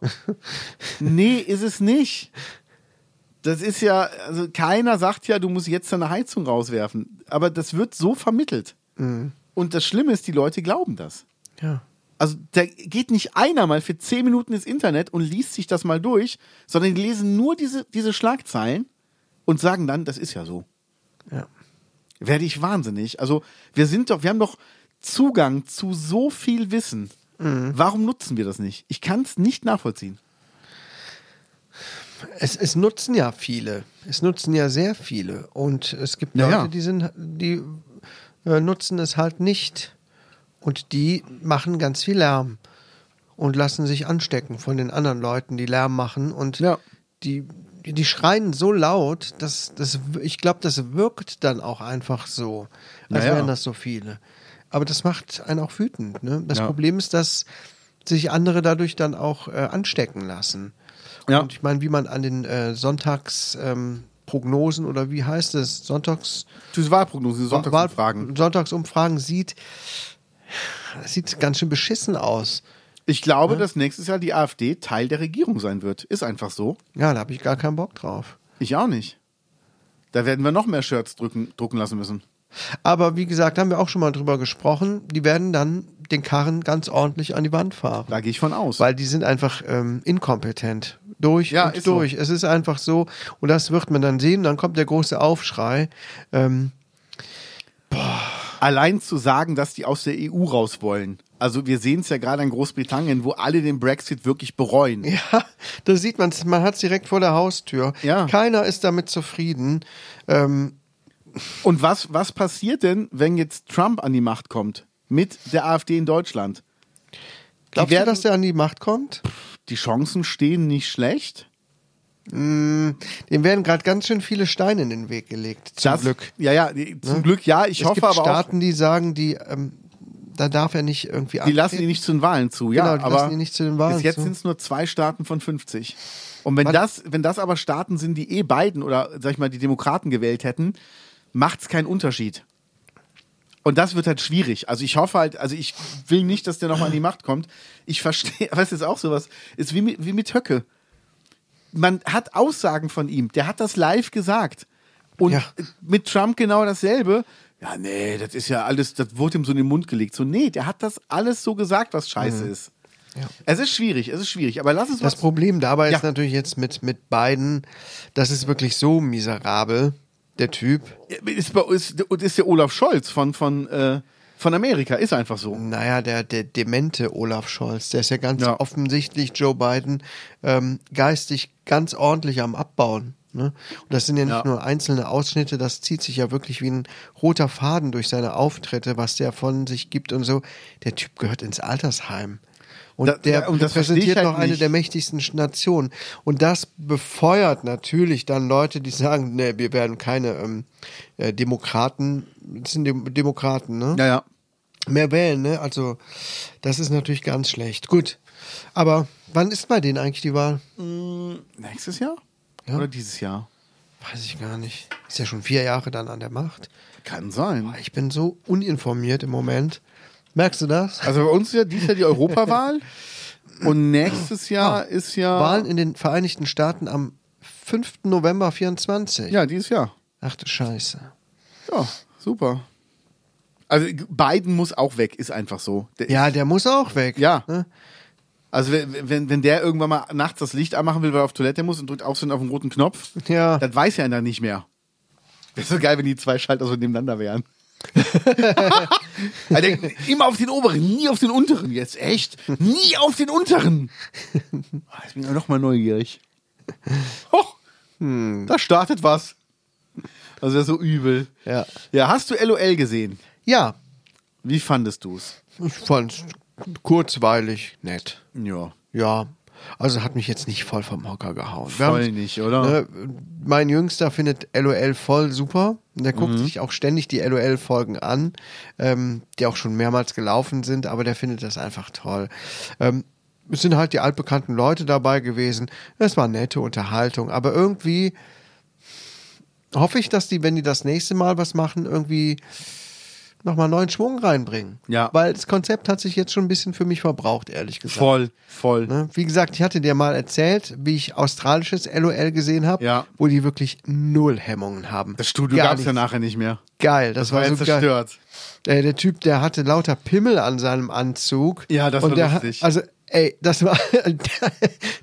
C: nee, ist es nicht. Das ist ja, also keiner sagt ja, du musst jetzt deine Heizung rauswerfen. Aber das wird so vermittelt. Und das Schlimme ist, die Leute glauben das.
B: Ja.
C: Also da geht nicht einer mal für zehn Minuten ins Internet und liest sich das mal durch, sondern die lesen nur diese, diese Schlagzeilen und sagen dann, das ist ja so.
B: Ja.
C: Werde ich wahnsinnig. Also wir sind doch, wir haben doch Zugang zu so viel Wissen. Warum nutzen wir das nicht? Ich kann es nicht nachvollziehen.
B: Es, es nutzen ja viele. Es nutzen ja sehr viele. Und es gibt
C: Ja,
B: Leute,
C: ja.
B: die, sind, die äh, nutzen es halt nicht. Und die machen ganz viel Lärm und lassen sich anstecken von den anderen Leuten, die Lärm machen. Und
C: Ja.
B: die, die schreien so laut, dass das, ich glaube, das wirkt dann auch einfach so, als
C: Naja.
B: wären das so viele. Aber das macht einen auch wütend. Ne? Das
C: Ja.
B: Problem ist, dass sich andere dadurch dann auch äh, anstecken lassen.
C: Ja.
B: Und ich meine, wie man an den äh, Sonntags. Ähm, Prognosen oder wie heißt es? Sonntags
C: Diese Wahlprognosen, diese Sonntagsumfragen.
B: Sonntagsumfragen sieht, das sieht ganz schön beschissen aus.
C: Ich glaube, dass nächstes Jahr die AfD Teil der Regierung sein wird. Ist einfach so.
B: Ja, da habe ich gar keinen Bock drauf.
C: Ich auch nicht. Da werden wir noch mehr Shirts drücken, drucken lassen müssen.
B: Aber wie gesagt, haben wir auch schon mal drüber gesprochen, die werden dann den Karren ganz ordentlich an die Wand fahren.
C: Da gehe ich von aus.
B: Weil die sind einfach ähm, inkompetent. Durch
C: Ja,
B: und
C: ist so.
B: durch. Es ist einfach so. Und das wird man dann sehen. Dann kommt der große Aufschrei. Ähm,
C: Allein zu sagen, dass die aus der EU raus wollen. Also wir sehen es ja gerade in Großbritannien, wo alle den Brexit wirklich bereuen.
B: ja, da sieht man's. man es. Man hat es direkt vor der Haustür.
C: Ja.
B: Keiner ist damit zufrieden. Ähm,
C: Und was, was passiert denn, wenn jetzt Trump an die Macht kommt? Mit der AfD in Deutschland?
B: glaubst du,
C: werden-
B: dass der an die Macht kommt?
C: Die Chancen stehen nicht schlecht.
B: Dem werden gerade ganz schön viele Steine in den Weg gelegt. Zum
C: Das-
B: Glück. Ne?
C: Ja, ja, die- zum Glück ja. Ich
B: es
C: hoffe
B: gibt
C: aber auch,
B: Staaten, die sagen, die, ähm, da darf er nicht irgendwie
C: die lassen ihn nicht zu den Wahlen zu. Ja,
B: Genau, die
C: aber
B: lassen ihn nicht zu den Wahlen
C: bis jetzt
B: zu.
C: sind es nur zwei Staaten von 50. Und wenn
B: Was?
C: das, wenn das aber Staaten sind, die eh Biden oder, sag ich mal, die Demokraten gewählt hätten, macht es keinen Unterschied. Und das wird halt schwierig. Also ich hoffe halt, also ich will nicht, dass der nochmal an die Macht kommt. Ich verstehe, aber es ist auch sowas, ist wie mit, wie mit Höcke. Man hat Aussagen von ihm, der hat das live gesagt. Und
B: Ja.
C: mit Trump genau dasselbe. Ja, nee, das ist ja alles, das wurde ihm so in den Mund gelegt. So, nee, der hat das alles so gesagt, was scheiße ist. Es ist schwierig, es ist schwierig, aber lass es
B: Mhm. Das
C: was-
B: Problem dabei
C: Ja.
B: ist natürlich jetzt mit, mit beiden, das ist wirklich so miserabel, der Typ.
C: Ist, bei- ist, ist der Olaf Scholz von, von, äh, von Amerika, ist einfach so.
B: Naja, der, der demente Olaf Scholz, der ist ja ganz
C: Ja.
B: offensichtlich Joe Biden ähm, geistig ganz ordentlich am Abbauen. Ne? Und das sind ja nicht
C: Ja.
B: nur einzelne Ausschnitte, das zieht sich ja wirklich wie ein roter Faden durch seine Auftritte, was der von sich gibt und so. Der Typ gehört ins Altersheim. Und
C: Da-
B: der
C: ja, und das verstehe ich
B: repräsentiert
C: halt
B: noch eine
C: nicht.
B: der mächtigsten Nationen. Und das befeuert natürlich dann Leute, die sagen, nee, wir werden keine ähm, äh, Demokraten, das sind Dem Demokraten, ne?
C: Ja, ja.
B: mehr wählen, ne? Also, das ist natürlich ganz schlecht. Gut. Aber wann ist bei denen eigentlich die Wahl?
C: Nächstes Jahr? Oder dieses Jahr?
B: Weiß ich gar nicht. Ist ja schon vier Jahre dann an der Macht.
C: Kann sein.
B: Ich bin so uninformiert im Moment. Merkst du das?
C: Also bei uns ist ja dieses Jahr die Europawahl und nächstes Jahr ist ja.
B: Wahlen in den Vereinigten Staaten am 5. November 24.
C: Ja, dieses Jahr.
B: Ach du Scheiße.
C: Ja, super. Also Biden muss auch weg, ist einfach so. Der,
B: Ja, der muss auch weg.
C: Ja.
B: Ne?
C: Also wenn, wenn, wenn der irgendwann mal nachts das Licht anmachen will, weil er auf Toilette muss und drückt auf so auf den roten Knopf,
B: Ja.
C: das weiß er dann nicht mehr. Wäre so geil, wenn die zwei Schalter so nebeneinander wären. er denkt, immer auf den oberen, nie auf den unteren jetzt, echt? Nie auf den unteren! Ah, Jetzt bin ich nochmal neugierig. Hoch,
B: Hm.
C: da startet was. Das wäre so übel.
B: Ja.
C: ja, hast du LOL gesehen?
B: Ja.
C: Wie fandest du es?
B: Ich fand's kurzweilig nett.
C: Ja.
B: Ja, also hat mich jetzt nicht voll vom Hocker gehauen. Wir
C: Voll
B: haben's-
C: nicht, oder?
B: Ne, mein Jüngster findet LOL voll super. Und Der guckt sich auch ständig die LOL-Folgen an, ähm, die auch schon mehrmals gelaufen sind, aber der findet das einfach toll. Ähm, es sind halt die altbekannten Leute dabei gewesen. Es war nette Unterhaltung, aber irgendwie hoffe ich, dass die, wenn die das nächste Mal was machen, irgendwie nochmal neuen Schwung reinbringen.
C: Ja.
B: Weil das Konzept hat sich jetzt schon ein bisschen für mich verbraucht, ehrlich gesagt.
C: Voll, voll.
B: Ne? Wie gesagt, ich hatte dir mal erzählt, wie ich australisches LOL gesehen habe,
C: Ja.
B: wo die wirklich null Hemmungen haben.
C: Das Studio
B: Gar
C: gab es ja
B: nichts.
C: nachher nicht mehr.
B: Geil, das, war,
C: war ja
B: so
C: zerstört.
B: Geil. Äh, der Typ, der hatte lauter Pimmel an seinem Anzug.
C: Ja, das
B: und
C: war
B: der, hat-
C: lustig.
B: Also, ey, das war,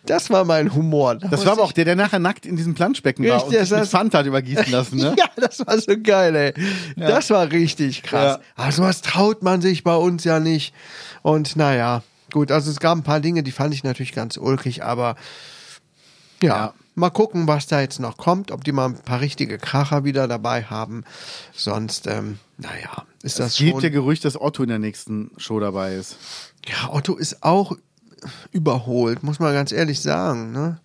B: das war mein Humor. Da
C: Das
B: musste
C: war aber auch der, der nachher nackt in diesem Planschbecken war und
B: Richtig,
C: sich mit
B: das-
C: Fanta hat übergießen lassen, ne?
B: Ja, das war so geil, ey. Das war richtig krass.
C: Ja.
B: Aber sowas traut man sich bei uns ja nicht. Und naja, gut, also es gab ein paar Dinge, die fand ich natürlich ganz ulkig, aber ja,
C: Ja.
B: mal gucken, was da jetzt noch kommt, ob die mal ein paar richtige Kracher wieder dabei haben. Sonst, ähm, naja, ist das
C: Es gibt ja
B: schon.
C: Gerücht, dass Otto in der nächsten Show dabei ist.
B: Ja, Otto ist auch überholt, muss man ganz ehrlich sagen, ne?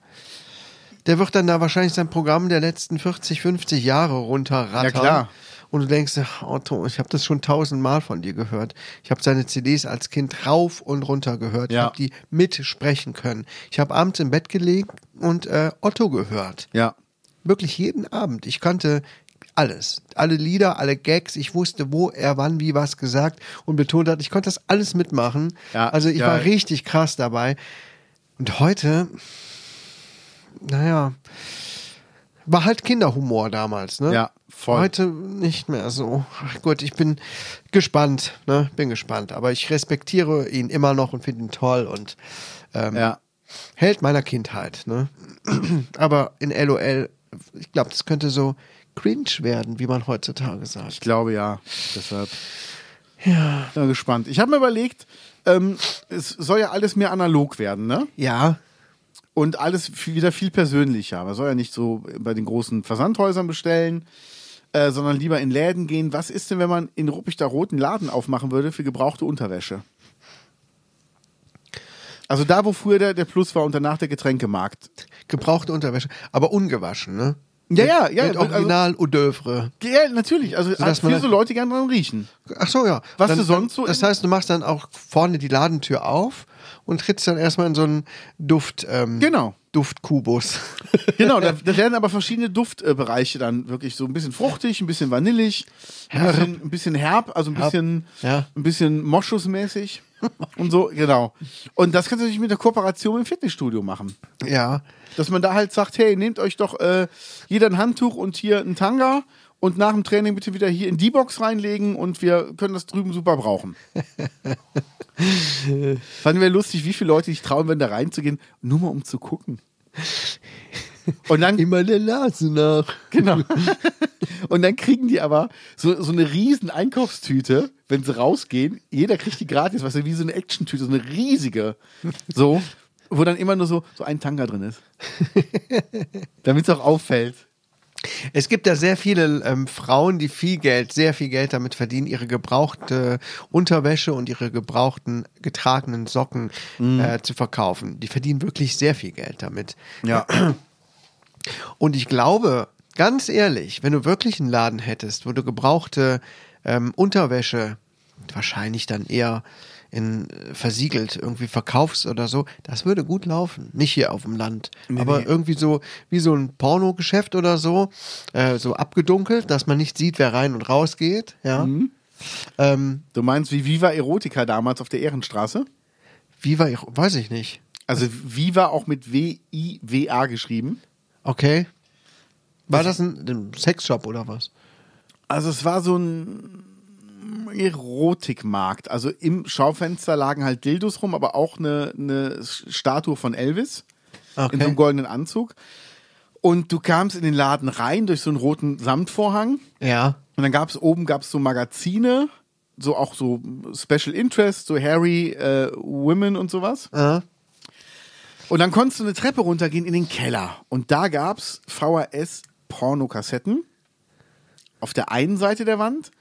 B: Der wird dann da wahrscheinlich sein Programm der letzten 40, 50 Jahre runterrattern.
C: Ja, klar.
B: Und du denkst, ach, Otto, ich habe das schon tausendmal von dir gehört. Ich habe seine CDs als Kind rauf und runter gehört. Ich
C: Ja.
B: habe die mitsprechen können. Ich habe abends im Bett gelegen und äh, Otto gehört.
C: Ja.
B: Wirklich jeden Abend. Ich kannte alles. Alle Lieder, alle Gags. Ich wusste, wo er wann wie was gesagt und betont hat. Ich konnte das alles mitmachen.
C: Ja,
B: also ich
C: ja.
B: war richtig krass dabei. Und heute, naja, war halt Kinderhumor damals, ne?
C: Ja, voll.
B: Heute nicht mehr so. Ach Gott, ich bin gespannt, ne? Bin gespannt. Aber ich respektiere ihn immer noch und finde ihn toll und ähm,
C: Ja.
B: Held meiner Kindheit, ne? Aber in LOL, ich glaube, das könnte so cringe werden, wie man heutzutage sagt.
C: Ich glaube ja. Deshalb. Ja. Bin mal gespannt. Ich habe mir überlegt, ähm, es soll ja alles mehr analog werden, ne?
B: Ja,
C: Und alles viel, wieder viel persönlicher. Man soll ja nicht so bei den großen Versandhäusern bestellen, äh, sondern lieber in Läden gehen. Was ist denn, wenn man in Ruppig da roten Laden aufmachen würde für gebrauchte Unterwäsche? Also da, wo früher der, der Plus war und danach der Getränkemarkt.
B: gebrauchte Unterwäsche, aber ungewaschen, ne?
C: Ja, ja, ja,
B: Mit
C: also-
B: Original Eau d'oeuvre.
C: Ja, natürlich. Also so,
B: dass man
C: viele
B: das-
C: so Leute gern dran riechen.
B: Ach so, ja.
C: Was du sonst so
B: Das
C: in-
B: heißt, du machst dann auch vorne die Ladentür auf und trittst dann erstmal in so einen Duft, ähm,
C: Genau.
B: Duftkubus.
C: Genau, da, da werden aber verschiedene Duftbereiche dann wirklich so ein bisschen fruchtig, ein bisschen vanillig, ein bisschen, ein bisschen herb, also ein bisschen,
B: Ja.
C: ein bisschen Moschusmäßig und so, genau. Und das kannst du natürlich mit der Kooperation mit dem Fitnessstudio machen.
B: ja.
C: Dass man da halt sagt, hey, nehmt euch doch äh, jeder ein Handtuch und hier ein Tanga und nach dem Training bitte wieder hier in die Box reinlegen und wir können das drüben super brauchen. Fanden wir lustig, wie viele Leute sich trauen, wenn da reinzugehen, nur mal um zu gucken. Und dann
B: Immer der Nase nach.
C: Genau. Und dann kriegen die aber so, so eine riesen Einkaufstüte, wenn sie rausgehen. Jeder kriegt die gratis, weißt du, wie so eine Action-Tüte, so eine riesige. So, wo dann immer nur so, so ein Tanga drin ist. Damit es auch auffällt.
B: Es gibt ja sehr viele ähm, Frauen, die viel Geld, sehr viel Geld damit verdienen, ihre gebrauchte Unterwäsche und ihre gebrauchten getragenen Socken äh, zu verkaufen. Die verdienen wirklich sehr viel Geld damit. Äh,
C: Ja.
B: Und ich glaube, ganz ehrlich, wenn du wirklich einen Laden hättest, wo du gebrauchte ähm, Unterwäsche wahrscheinlich dann eher in äh, versiegelt irgendwie verkaufst oder so, das würde gut laufen. Nicht hier auf dem Land, aber irgendwie so wie so ein Pornogeschäft oder so, äh, so abgedunkelt, dass man nicht sieht, wer rein und raus geht. Ja.
C: Mhm.
B: Ähm,
C: Du meinst wie Viva Erotica damals auf der Ehrenstraße?
B: wie war ich? Weiß ich nicht.
C: Also Viva auch mit W-I-W-A geschrieben.
B: Okay. War das ein, ein Sexshop oder was?
C: Also es war so ein Erotikmarkt. Also im Schaufenster lagen halt Dildos rum, aber auch eine, eine Statue von Elvis in so einem goldenen Anzug. Und du kamst in den Laden rein durch so einen roten Samtvorhang.
B: Ja.
C: Und dann gab es oben gab's so Magazine, so auch so Special Interest, so Harry, äh, Women und sowas.
B: Ja.
C: Und dann konntest du eine Treppe runtergehen in den Keller. Und da gab's VHS-Pornokassetten auf der einen Seite der Wand.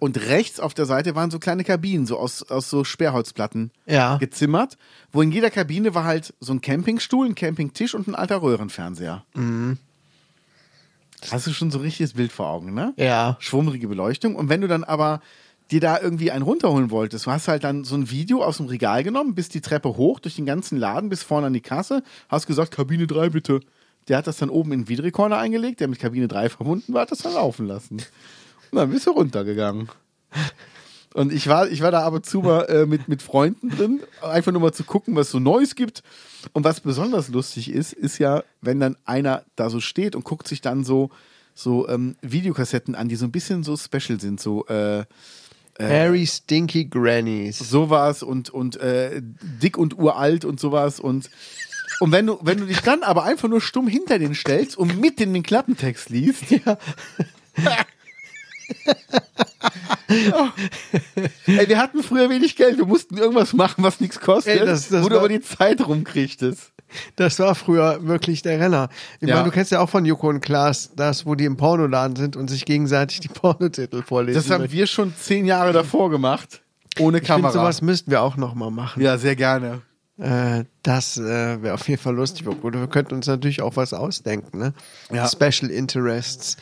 C: Und rechts auf der Seite waren so kleine Kabinen, so aus, aus so Sperrholzplatten
B: Ja.
C: gezimmert. Wo in jeder Kabine war halt so ein Campingstuhl, ein Campingtisch und ein alter Röhrenfernseher. Hast du schon so ein richtiges Bild vor Augen, ne?
B: Ja.
C: schwummrige Beleuchtung. Und wenn du dann aber dir da irgendwie einen runterholen wolltest, du hast halt dann so ein Video aus dem Regal genommen, bist die Treppe hoch durch den ganzen Laden, bis vorne an die Kasse, hast gesagt, Kabine 3 bitte. Der hat das dann oben in den Videorekorder eingelegt, der mit Kabine 3 verbunden war, hat das dann laufen lassen. Und dann bist du runtergegangen. Und ich war, ich war da ab und zu mal äh, mit, mit Freunden drin, einfach nur mal zu gucken, was so Neues gibt. Und was besonders lustig ist, ist ja, wenn dann einer da so steht und guckt sich dann so, so ähm, Videokassetten an, die so ein bisschen so special sind, so äh,
B: Harry Stinky Grannies.
C: sowas und, und äh, dick und uralt und sowas und und wenn du, wenn du dich dann aber einfach nur stumm hinter den stellst und mit in den Klappentext liest, Ey, wir hatten früher wenig Geld, wir mussten irgendwas machen, was nichts kostet,
B: Ey, das- das
C: wo du
B: war-
C: aber die Zeit rumkriegtest.
B: Das war früher wirklich der Renner. Ich
C: Ja.
B: meine, du kennst ja auch von Joko und Klaas, das, wo die im Pornoladen sind und sich gegenseitig die Pornotitel vorlesen.
C: Das haben wir schon zehn Jahre davor gemacht, ohne
B: ich finde,
C: Kamera.
B: sowas müssten wir auch nochmal machen.
C: ja, sehr gerne.
B: Äh, das äh, wäre auf jeden Fall lustig. Oder wir könnten uns natürlich auch was ausdenken. Ne?
C: Ja.
B: Special Interests.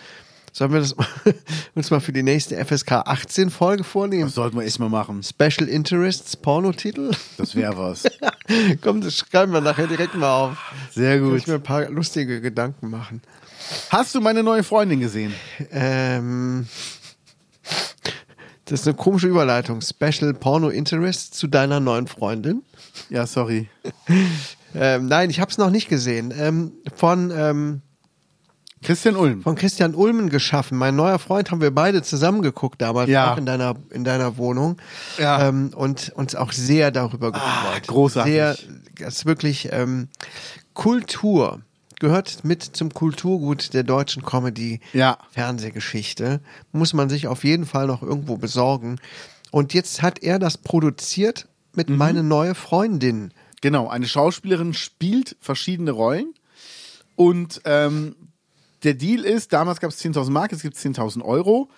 B: Sollen wir das uns mal für die nächste FSK 18 Folge vornehmen?
C: Das sollten wir echt mal machen.
B: Special Interests Pornotitel?
C: Das wäre was.
B: Komm, das schreiben wir nachher direkt mal auf.
C: Sehr
B: Kann
C: gut.
B: ich mir ein paar lustige Gedanken machen.
C: Hast du meine neue Freundin gesehen?
B: Ähm, das ist eine komische Überleitung. Special Porno Interests zu deiner neuen Freundin?
C: Ja, sorry.
B: Ähm, nein, ich habe es noch nicht gesehen. Ähm, von ähm,
C: Christian Ulm.
B: von Christian Ulmen geschaffen. Mein neuer Freund haben wir beide zusammen geguckt damals
C: Ja.
B: auch in deiner in deiner Wohnung
C: Ja. Ah,
B: ähm, und uns auch sehr darüber gefreut.
C: großartig.
B: Sehr, das ist wirklich ähm, Kultur gehört mit zum Kulturgut der deutschen Comedy
C: Ja.
B: Fernsehgeschichte muss man sich auf jeden Fall noch irgendwo besorgen. Und jetzt hat er das produziert mit
C: Mhm.
B: meine neue Freundin.
C: Genau, eine Schauspielerin spielt verschiedene Rollen und ähm, der Deal ist, damals gab es 10.000 Mark, jetzt gibt es 10.000 Euro.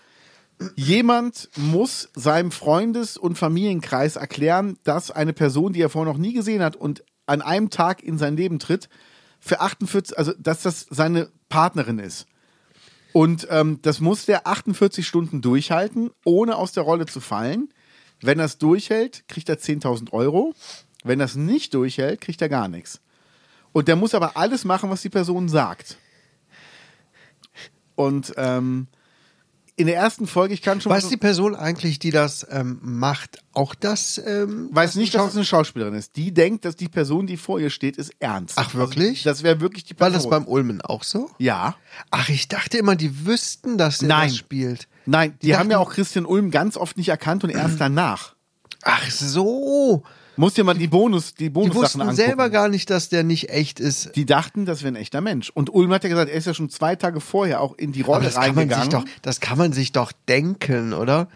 C: Jemand muss seinem Freundes- und Familienkreis erklären, dass eine Person, die er vorher noch nie gesehen hat und an einem Tag in sein Leben tritt, für 48, also dass das seine Partnerin ist. Und ähm, das muss der 48 Stunden durchhalten, ohne aus der Rolle zu fallen. Wenn das durchhält, kriegt er 10.000 Euro. Wenn das nicht durchhält, kriegt er gar nichts. Und der muss aber alles machen, was die Person sagt. Und ähm, in der ersten Folge, ich kann schon
B: Weiß die Person eigentlich, die das ähm, macht, auch das? Ähm,
C: weiß nicht, dass es eine Schauspielerin ist. Die denkt, dass die Person, die vor ihr steht, ist ernst.
B: Ach, wirklich?
C: Also, das wäre wirklich die
B: War das
C: Person.
B: beim Ulmen auch so?
C: ja.
B: Ach, ich dachte immer, die wüssten, dass er
C: Nein.
B: das spielt.
C: Nein, die,
B: Die
C: haben
B: dachten-
C: ja auch Christian Ulm ganz oft nicht erkannt und erst danach.
B: Ach so.
C: Muss dir mal die Bonus, die
B: Die
C: Bonussachen
B: wussten
C: angucken.
B: selber gar nicht, dass der nicht echt ist.
C: die dachten, das wäre ein echter Mensch. Und Ulm hat ja gesagt, er ist ja schon zwei Tage vorher auch in die
B: Aber
C: Rolle
B: das kann, man sich
C: reingegangen.
B: doch, das kann man sich doch denken, oder?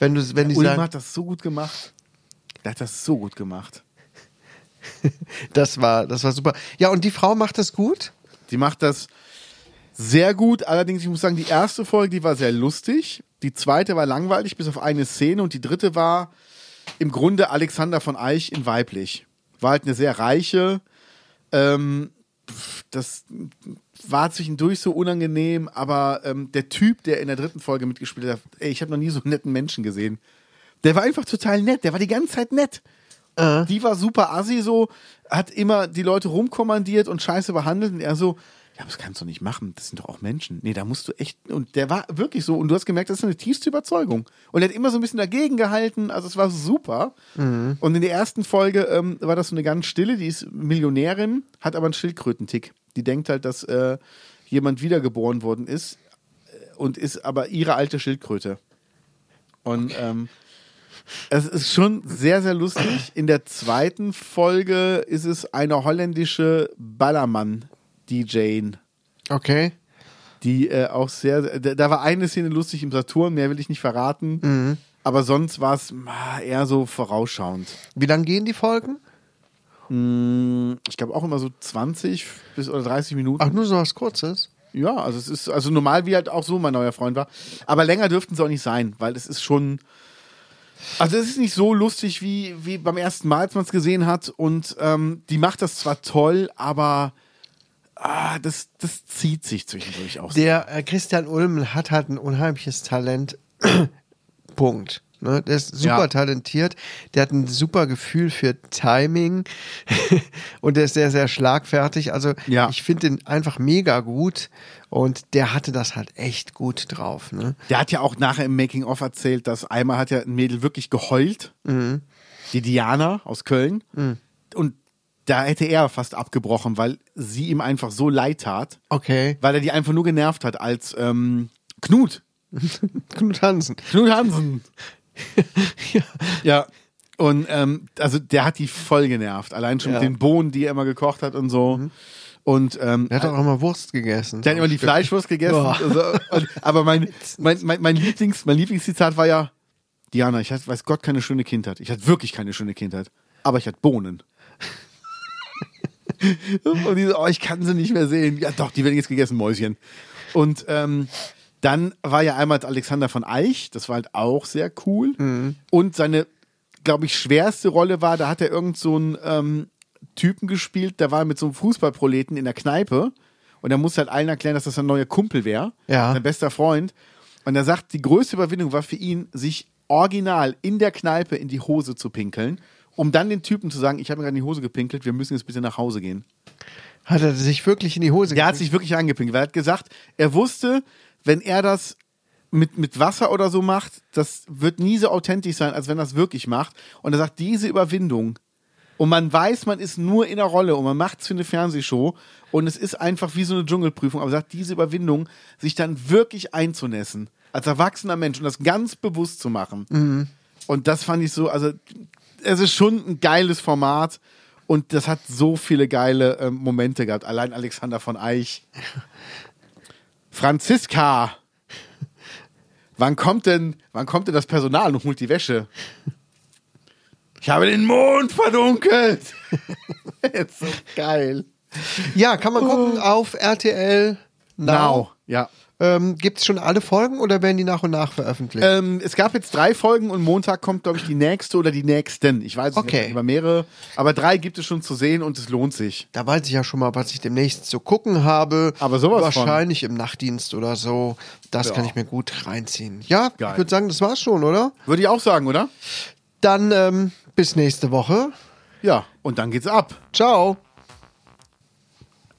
B: Wenn du, wenn die
C: Ulm
B: sagen,
C: hat das so gut gemacht. Der hat das so gut gemacht.
B: das war, das war super. Ja, und die Frau macht das gut?
C: Die macht das sehr gut. Allerdings, ich muss sagen, die erste Folge, die war sehr lustig. Die zweite war langweilig, bis auf eine Szene. Und die dritte war im Grunde Alexander von Eich in weiblich. War halt eine sehr reiche. Ähm, pf, das war zwischendurch so unangenehm, aber ähm, der Typ, der in der dritten Folge mitgespielt hat, ey, ich habe noch nie so einen netten Menschen gesehen. Der war einfach total nett. Der war die ganze Zeit nett. Die war super assi so, hat immer die Leute rumkommandiert und scheiße behandelt und er so, ja, aber das kannst du nicht machen, das sind doch auch Menschen. Nee, da musst du echt, und der war wirklich so und du hast gemerkt, das ist eine tiefste Überzeugung. Und er hat immer so ein bisschen dagegen gehalten, also es war super. Und in der ersten Folge ähm, war das so eine ganz stille, die ist Millionärin, hat aber einen Schildkrötentick. Die denkt halt, dass äh, jemand wiedergeboren worden ist äh, und ist aber ihre alte Schildkröte. Und ähm, es ist schon sehr, sehr lustig. In der zweiten Folge ist es eine holländische Ballermann-DJ,
B: Okay.
C: die äh, auch sehr. Da, da war eine Szene lustig im Saturn, mehr will ich nicht verraten. Aber sonst war es ah, eher so vorausschauend.
B: Wie lang gehen die Folgen?
C: Mm, Ich glaube auch immer so 20 bis oder 30 Minuten.
B: Ach, nur so was Kurzes.
C: Ja, also es ist also normal, wie halt auch so mein neuer Freund war. Aber länger dürften sie auch nicht sein, weil es ist schon. Also es ist nicht so lustig wie, wie beim ersten Mal, als man es gesehen hat. Und ähm, die macht das zwar toll, aber ah, das, das zieht sich zwischendurch aus.
B: Der äh, Christian Ulmen hat halt ein unheimliches Talent. Punkt. Ne? Der ist super
C: Ja.
B: talentiert, der hat ein super Gefühl für Timing und der ist sehr, sehr schlagfertig. Also
C: Ja.
B: ich finde den einfach mega gut und der hatte das halt echt gut drauf. Ne?
C: Der hat ja auch nachher im Making-of erzählt, dass einmal hat ja ein Mädel wirklich geheult. Die Diana aus Köln. Und da hätte er fast abgebrochen, weil sie ihm einfach so leid tat,
B: Okay,
C: weil er die einfach nur genervt hat als ähm, Knut.
B: Knut Hansen.
C: Knut Hansen.
B: ja.
C: Ja. Und ähm, also der hat die voll genervt. Allein schon
B: Ja.
C: mit den Bohnen, die er immer gekocht hat und so. Und ähm,
B: Der hat auch immer Wurst gegessen.
C: Der hat immer die Fleischwurst gegessen.
B: Boah.
C: Also, und, aber mein, mein, mein, mein, Lieblings, mein Lieblingszitat war ja, Diana, ich hatte, weiß Gott keine schöne Kindheit. Ich hatte wirklich keine schöne Kindheit. Aber ich hatte Bohnen. und die so, oh, ich kann sie nicht mehr sehen. Ja doch, die werden jetzt gegessen, Mäuschen. Und ähm, dann war ja einmal Alexander von Eich, das war halt auch sehr cool. Und seine, glaube ich, schwerste Rolle war, da hat er irgend so einen ähm, Typen gespielt, der war mit so einem Fußballproleten in der Kneipe. Und da musste halt allen erklären, dass das ein neuer Kumpel wäre.
B: Ja.
C: Sein bester Freund. Und er sagt, die größte Überwindung war für ihn, sich original in der Kneipe in die Hose zu pinkeln, um dann den Typen zu sagen, ich habe mir gerade in die Hose gepinkelt, wir müssen jetzt bitte nach Hause gehen.
B: Hat er sich wirklich in die Hose
C: Der hat sich wirklich angepinkelt, weil er hat gesagt, er wusste, wenn er das mit, mit Wasser oder so macht, das wird nie so authentisch sein, als wenn er es wirklich macht. Und er sagt, diese Überwindung. Und man weiß, man ist nur in der Rolle und man macht es für eine Fernsehshow. Und es ist einfach wie so eine Dschungelprüfung. Aber er sagt, diese Überwindung, sich dann wirklich einzunässen, als erwachsener Mensch und das ganz bewusst zu machen. Und das fand ich so, also es ist schon ein geiles Format. Und das hat so viele geile ähm, Momente gehabt. Allein Alexander von Eich. Franziska! Wann kommt denn, wann kommt denn das Personal und holt die Wäsche? Ich habe den Mond verdunkelt! Ist so geil.
B: Ja, kann man gucken auf RTL Now.
C: Oh. Now. Ja.
B: Ähm, Gibt es schon alle Folgen oder werden die nach und nach veröffentlicht?
C: Ähm, es gab jetzt drei Folgen und Montag kommt, glaube ich, die nächste oder die nächsten. Ich weiß es
B: Okay.
C: nicht, über mehrere. Aber drei gibt es schon zu sehen und es lohnt sich.
B: Da weiß ich ja schon mal, was ich demnächst zu gucken habe.
C: Aber sowas von.
B: Wahrscheinlich im Nachtdienst oder so. Das
C: Ja.
B: kann ich mir gut reinziehen. Ja,
C: Geil.
B: ich würde sagen, das war's schon, oder?
C: Würde ich auch sagen, oder?
B: Dann ähm, bis nächste Woche.
C: Ja. Und dann geht's ab.
B: Ciao.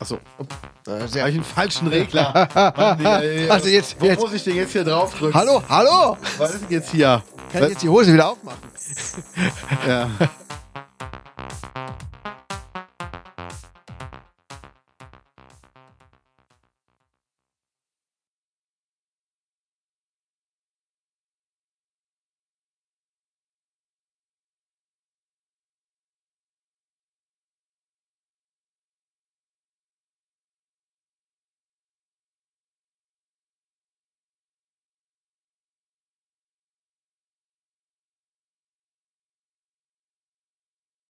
C: Achso,
B: Äh,
C: da
B: sehr-
C: habe ich einen falschen Regler. Mann, ey,
B: Also jetzt-
C: Wo
B: jetzt-
C: muss ich denn jetzt hier drauf drücken?
B: hallo, hallo.
C: Was ist denn jetzt hier?
B: Kann ich jetzt die Hose wieder aufmachen?
C: Ja.